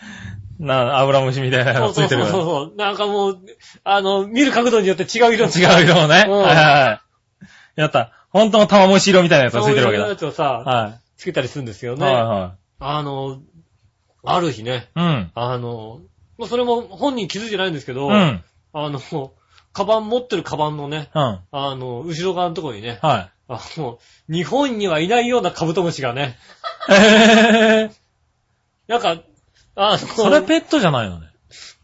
S3: な、油虫みたいな
S2: そ
S3: の
S2: う
S3: ついてる
S2: そう
S3: か
S2: そうそう。なんかもう、あの、見る角度によって違う色
S3: ら。 違う色をね。はい
S2: うん
S3: はいはい。やった。本当の玉虫色みたいなやつがつ
S2: そう
S3: いて
S2: い
S3: るわ
S2: う
S3: けだ。
S2: やつをさ、
S3: は
S2: つけたりするんですよ
S3: い。
S2: ね。
S3: はいは
S2: あの、ある日ね、
S3: い。うん。
S2: あの、まあ、それも本人気づいてないんですけど、
S3: うん。
S2: あの、カバン持ってるカバンのね、
S3: うん。
S2: あの、後ろ側のところにね、
S3: は
S2: あの、日本にはいないようなカブトムシがね、
S3: い。えー。
S2: なんか、あ
S3: それ
S2: の、
S3: ペットじゃないのね。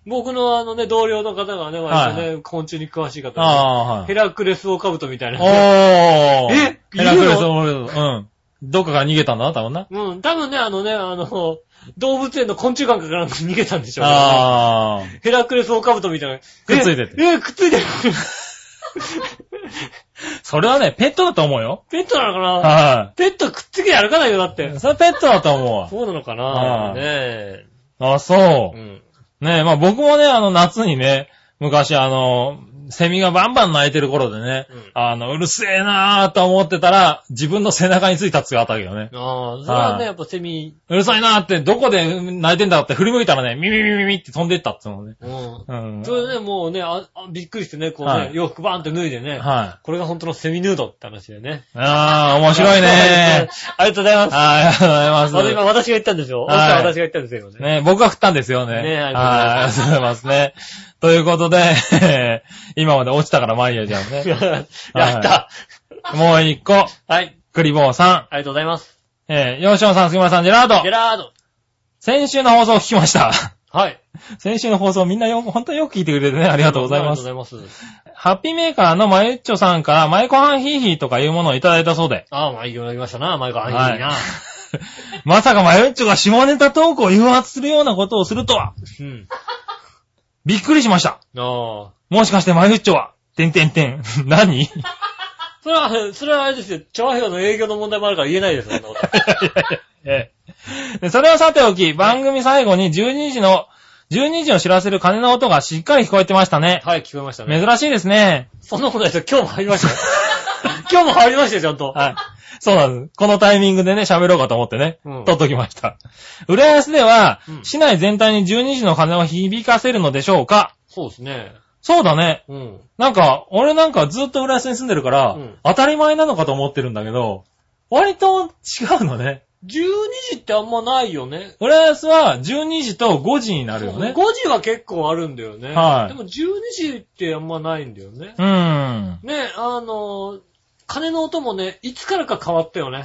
S2: 僕のあのね、同僚の方がね、割とね、昆虫に詳しい方で、
S3: ああ、はい
S2: ヘ。ラクレスオオカブトみたいな。
S3: おー。
S2: え
S3: ヘラクレ
S2: いる
S3: ス
S2: の
S3: オールド。うん。どっかから逃げたんだ、多分な。
S2: うん、多分ね、あのね、あの、 動物園の昆虫館からなんか逃げたんでしょうね
S3: あ
S2: ヘラクレスオオカブトみたいな。
S3: くっついてて
S2: え、えくっついてる。
S3: ー。それはね、ペットだと思うよ。
S2: ペットなのかな
S3: は
S2: ペットくっつけて歩かないよ、だって
S3: い。。それペットだと思うわ。
S2: そうなのか
S3: は
S2: ないねえ。
S3: あ、そうう。
S2: ん。
S3: ねえ、まあ僕もね、あの夏にね、昔あの、セミがバンバン鳴いてる頃でね、
S2: うん
S3: あの、うるせえなーと思ってたら、自分の背中についたつがあったけどね。
S2: ああ、それは
S3: は
S2: ね、
S3: い
S2: やっぱセミ、
S3: うるさいなーって、どこで泣いてんだろうって振り向いたらね、ミミミミミって飛んでったっつうのね。
S2: うん。
S3: うん。
S2: それでね、もうね、ああびっくりしてね、こう
S3: は
S2: ね、
S3: い
S2: 洋服バーンって脱いでね、
S3: はい。
S2: これが本当のセミヌードって話だよね。
S3: あー、面白いねー。
S2: ありがとうございます。
S3: はい、ありがとうございます。
S2: まず今私が言ったんですよ。
S3: は
S2: 音
S3: い
S2: は私が言ったんですよ、ね。
S3: ね、僕が振ったんですよね。
S2: ねえあ
S3: あ
S2: り
S3: りがとうございますね。ということで、 今まで落ちたからマイヤーじゃんね。
S2: やった。
S3: もう一個、
S2: はい。
S3: クリボーさ
S2: ありがとうございます。
S3: ん、えー、ヨーションさん、杉村さん、ジェラード
S2: ジェ。ラード。
S3: 先週の放送を聞きました。
S2: はい。
S3: 先週の放送みんなよ、本当によく聞いてくれてね、ありがとうございます。
S2: ありがとうございます。
S3: ハッピーメーカーのマユッチョさんから、マイコハンヒーヒーとかいうものをいただいたそうで。
S2: ああ、まあ、いろいろ言いましたな、前から。
S3: はい
S2: いいな。
S3: まさかマユッチョが下ネタトークを誘発するようなことをするとは、
S2: うん。
S3: びっくりしました。
S2: ああ。
S3: もしかしてマユッチョは、てんてんてん、 何
S2: それは、それはあれですよ。調和票の営業の問題もあるから言えないです、そんなこと。
S3: ええでそれはさておき、番組最後に12時の、12時を知らせる鐘の音がしっかり聞こえてましたね。
S2: はい、聞こえましたね。
S3: 珍しいですね。
S2: そんなことないですよ。今日も入りましたよ。今日も入りましたよ、ちゃんと。
S3: はい。そうなんです。このタイミングでね、喋ろうかと思ってね、
S2: うん
S3: 撮っときました。浦安では
S2: う、ん
S3: 市内全体に12時の鐘を響かせるのでしょうか
S2: そうですね。
S3: そうだね。
S2: うん。
S3: なんか、俺なんかずっと浦安に住んでるから、
S2: うん
S3: 当たり前なのかと思ってるんだけど、割と違うのね。
S2: 12時ってあんまないよね。
S3: 浦安は12時と5時になるよね。
S2: 5時は結構あるんだよね。
S3: はい
S2: でも12時ってあんまないんだよね。
S3: うーん。
S2: ね、あのー、鐘の音もね、いつからか変わったよね。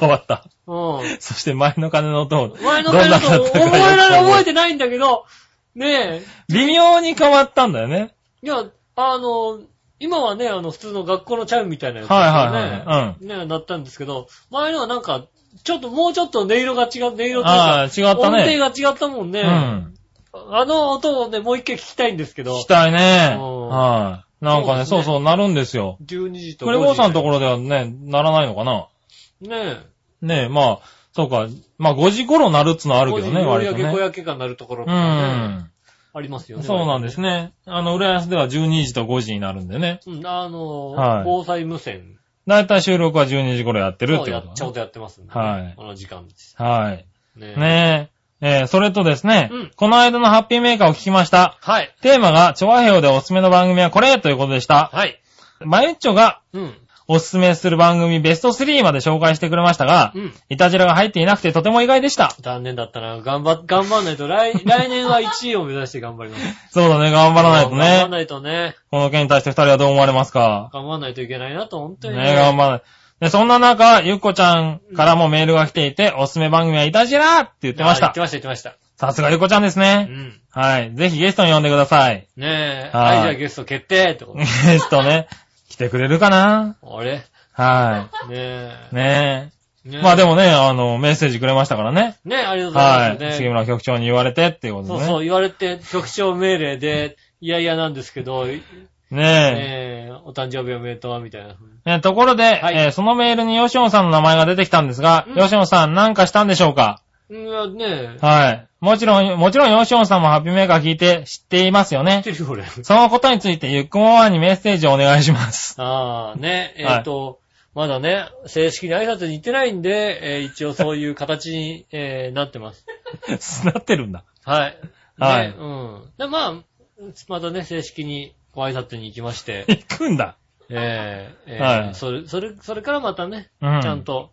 S3: 変わった。
S2: う
S3: そして前の鐘の音を
S2: ん。前の鐘の音
S3: どんな
S2: 覚
S3: だ
S2: え
S3: った
S2: ら
S3: か
S2: れ、覚えてないんだけど、ねえ、
S3: 微妙に変わったんだよね。
S2: いや、あのー、今はね、あの、普通の学校のチャイムみたいなやつ
S3: はいはいはい
S2: ね、ね、なったんですけど、前のはなんか、ちょっともうちょっと音色が違う、音色という
S3: ああ、
S2: か、
S3: 違った
S2: 音
S3: ね。
S2: 程が違ったもんね。
S3: うん。
S2: あの音をね、もう一回聞きたいんですけど
S3: 聞き、たいね。
S2: うん
S3: はい。なんかね、
S2: そ
S3: そう
S2: うですね
S3: そう、なるんですよ。
S2: 12時と
S3: クレボーさんのとこ
S2: ろ。
S3: ろではね、ならないのかな。
S2: ねえ。
S3: ねえ、まあ、そうか。まあ、5時頃なるっつのはあるけどね、割
S2: 割と
S3: と
S2: ね。小
S3: ね。
S2: 焼けがなるところと
S3: う
S2: かね、
S3: ん。
S2: ありますよね。
S3: そうなんですね。あの、浦安では12時と5時になるんでね。
S2: うん。あの、
S3: はい
S2: 防災無線
S3: だいたい収録は12時頃やってるっ
S2: を
S3: て
S2: や
S3: こ
S2: っ
S3: と
S2: ちゃ
S3: だ
S2: うとやってますんで、
S3: はい
S2: この時間です。
S3: ね。はい。
S2: ねえ
S3: ねえ。えーそれとですね、
S2: うん
S3: この間のハッピーメーカーを聞きました。
S2: はい。
S3: テーマが、チョアヘオでおすすめの番組はこれということでした。
S2: はい。
S3: マユッチョが
S2: うん。
S3: おすすめする番組ベスト3まで紹介してくれましたが
S2: う、ん。
S3: イタジラが入っていなくてとても意外でした。
S2: 残念だったな。頑張っ、頑張んないと、来、 来年は1位を目指して頑張ります。
S3: そうだね、頑張らないと
S2: 頑張ら
S3: ね。
S2: ないとね。
S3: この件に対して二人はどう思われますか
S2: 頑張らないといけないなと、本当
S3: ね
S2: に
S3: 頑張らない。で、そんな中、ゆっこちゃんからもメールが来ていて、おすすめ番組はイタジラって言ってまし
S2: あ言ったて。ました、言ってました。
S3: さすがゆっこちゃんです
S2: う
S3: ね。
S2: ん。
S3: はい。ぜひゲストに呼んでくださ い。
S2: ねえ。
S3: はい
S2: はい、じゃあゲスト決定ってこ
S3: ゲストね、来てくれるかな
S2: と。あれ
S3: は
S2: ねえ
S3: い。。ね
S2: ね
S3: え。まあで。もね、あの、メッセージくれましたからね。
S2: ねありがとうござ
S3: はい
S2: ます、ね
S3: い。杉村局長に言われてっていうこと
S2: そう
S3: で
S2: そう、
S3: ね。
S2: 言われて、局長命令で、いやいやなんですけど、ね
S3: ね
S2: え、お誕生日おめでとう、みたいな。
S3: え。ねところで、
S2: はい
S3: えーそのメールにヨシオンさんの名前が出てきたんですが
S2: うん、
S3: ヨシオンさん何かしたんでしょうか
S2: うん、ねえ、
S3: はい。もちろん、もちろんヨシオンさんもハッピーメーカー聞いて知っていますよね
S2: 知っ。てるよ、俺。
S3: そのことについて、ゆっくもわにメッセージをお願いし ます。
S2: ああ、ね、えっ、
S3: はい
S2: と、まだね、正式に挨拶に行ってないんで、えー一応そういう形に、 えーなってます。
S3: なってるんだ。
S2: はい。ね、
S3: はい
S2: うん。で、まあ、またね、正式にご挨拶に行きまして、
S3: 行くんだ。
S2: えーえー
S3: はい
S2: それ、それ、それからまたね、
S3: うん
S2: ちゃんと、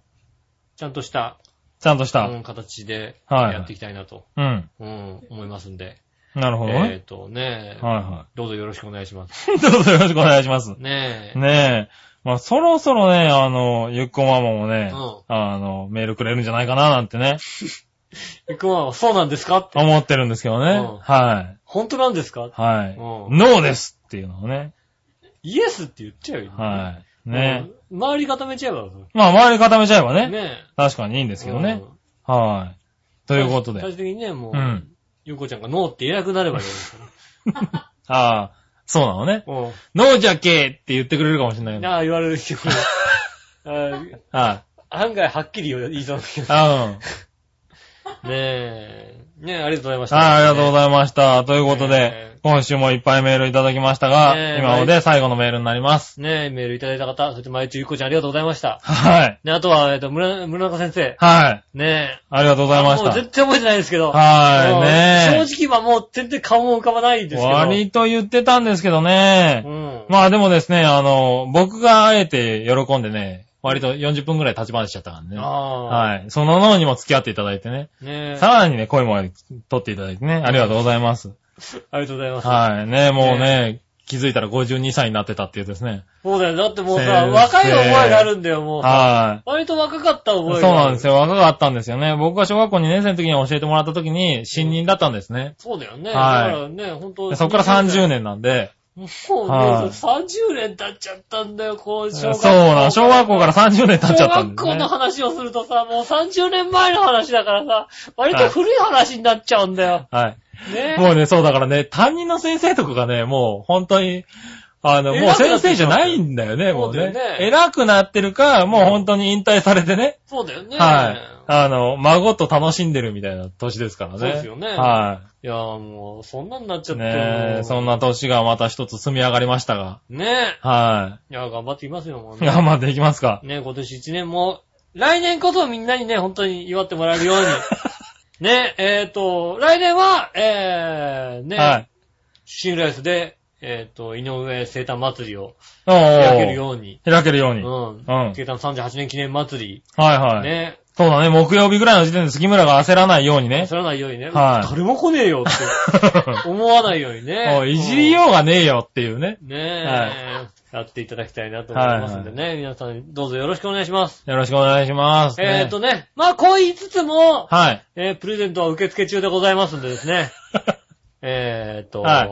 S2: ちゃんとした、
S3: ちゃんとし
S2: う
S3: た。
S2: ん形で
S3: はい
S2: やっていきたいなと、
S3: うん。
S2: うん、思いますんで。
S3: なるほど
S2: え
S3: ね。
S2: っとね、
S3: はいは
S2: どうぞよろしくお願いします。
S3: い。 どうぞよろしくお願いします。
S2: ねえ。
S3: ねえ。まあ、そろそろね、あの、ゆっこママもね、
S2: うん
S3: あの、メールくれるんじゃないかななんてね、
S2: ゆっくんは、そうなんですかって。
S3: 思ってるんですけどね。
S2: うん
S3: はい。
S2: 本当なんですか
S3: はい。
S2: うん
S3: ノーですっていうのをね。
S2: イエスって言っちゃうよ。
S3: はい。ね
S2: うん。周り固めちゃえば。
S3: まあ、周り固めちゃえばね。
S2: ね
S3: 確かにいいんで
S2: です
S3: けどね。。はい。と
S2: と
S3: いうこと
S2: 最
S3: で。
S2: 終的にね、も
S3: う、
S2: う
S3: ん。
S2: ゆうこちゃんがノーって言えなくなればいいですから。
S3: ああ、そうなのね。
S2: う
S3: ノーじゃけーって言ってくれるかもしれ ない
S2: ん。
S3: の。
S2: ああ、言われるけど。あ
S3: は
S2: あ案外はっきり言 いそうだけ
S3: い。
S2: ど。
S3: あうん。
S2: ねえ。ねえ、ありがとうございました。
S3: はい、ありがとうご
S2: い
S3: ざいました。ということ
S2: え
S3: で、今週もいっぱいメールいただきました
S2: ね
S3: が、
S2: え
S3: 今ので最後のメールになります。
S2: ます。ねえ、メールいただいた方、そして毎日ゆっこちゃんありがとうございました。
S3: はい。
S2: ねあとは、えっと、村、村中先生。
S3: はい。
S2: ねえ。
S3: ありがとうございまし
S2: もう
S3: た。
S2: 絶対覚えてないですけど。もう
S3: はい、ね
S2: 正直はもう全然顔も浮かばないですけど。
S3: 割と言ってたんですけど
S2: う
S3: ね。
S2: ん。
S3: まあでもですね、あの、僕があえて喜んでね、割と40分くらい立ち話しちゃったからね。
S2: ああ。
S3: はい。その脳にも付き合っていただいてね。
S2: ねえ。
S3: さらにね、声も取っていただいてね。ありがとうございます。
S2: ありがとうございます。
S3: はい。ね、もうね、気づいたら52歳になってたっていうですね。
S2: そうだよ。だってもう
S3: 先
S2: さ、
S3: 生
S2: 若い覚えがあるんだよ、もうさ。
S3: はい。
S2: 割と若かった覚
S3: そ
S2: え
S3: う
S2: がある。
S3: なんですよ。若かったんですよね。僕が小学校2年生の時に教えてもらった時に、新任だったんですね。
S2: そうだよね。だ
S3: はい
S2: からね、ほんと。
S3: でそこから30。年なんで、
S2: もうね、
S3: はい
S2: 30年経っちゃったんだよ、こう、
S3: そ
S2: 小
S3: う
S2: 学校。
S3: なん、小学校から30年経っちゃったんです
S2: 小学校
S3: ね
S2: の。話をするとさ、もう30年前の話だからさ、割と古い話になっちゃうんだよ。
S3: はい。
S2: ね。
S3: もうね、そうだからね、担任の先生とかがね、もう本当に、あの、もう
S2: 偉くなって
S3: 先生じゃないんだよね、もう
S2: そう
S3: ね
S2: だよね。
S3: 偉くなってるか、もう本当に引退されてね。
S2: そうだよね。
S3: はい。あの、孫と楽しんでるみたいな年ですからね。
S2: そうですよね。
S3: はい
S2: やーもう、そんなになっちゃ
S3: い。
S2: って
S3: ねえ、そんな年がまた一つ積み上がりましたが。
S2: ね
S3: は
S2: え。いやー、頑張っていきますよ、もう
S3: い。
S2: ね。
S3: 頑張っていきますか。
S2: ね、今年1年も、来年こそみんなにね、本当に祝ってもらえるように。 ね、えっ、と、来年は、えー、ね、
S3: はい。
S2: シングライスで、えっ、と、井上生誕祭りを
S3: おー
S2: 開けるように。
S3: 開けるよう
S2: う
S3: に。はい
S2: ん。
S3: うん
S2: 生誕38年記念祭り。
S3: はい。
S2: ね。
S3: そうだね、木曜日ぐらいの時点で杉村が焦らないようにね
S2: 焦。らないようにね。
S3: はい
S2: 誰も来ねえ よって。思わないようにね。
S3: もういじりようがねえよっていうね。
S2: うん。ねえ、やっていただきたいなと思いますんでね。皆さん、どうぞよろしくお願いします。
S3: よろしくお願いします。
S2: えっ、とね、まあ、こう言いつつも、
S3: はい。
S2: えープレゼントは受付中でございますんでですね。えーっと、
S3: はい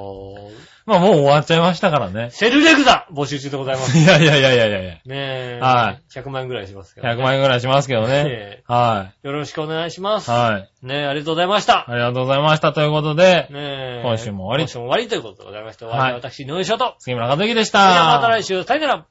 S3: まあもう終わっちゃいましたから ね。
S2: セルレグザ募集中でござい ます。ね
S3: いやいやいやいやいやいや。
S2: え。
S3: は
S2: 100万円ぐらいしますけど、
S3: 100万円ぐらいしますけど
S2: ね
S3: ね。は
S2: よろしくお願いします。
S3: い。はい。
S2: ねえ、ありがとうございました。
S3: ありがとうございました。ということで、
S2: ねえ。
S3: 今週も終わり
S2: 今週も終わりということでございまして、お相手は
S3: はい
S2: 私、井上翔と。
S3: 杉村和之でし
S2: そ
S3: た。
S2: れではまた来週、さよなら。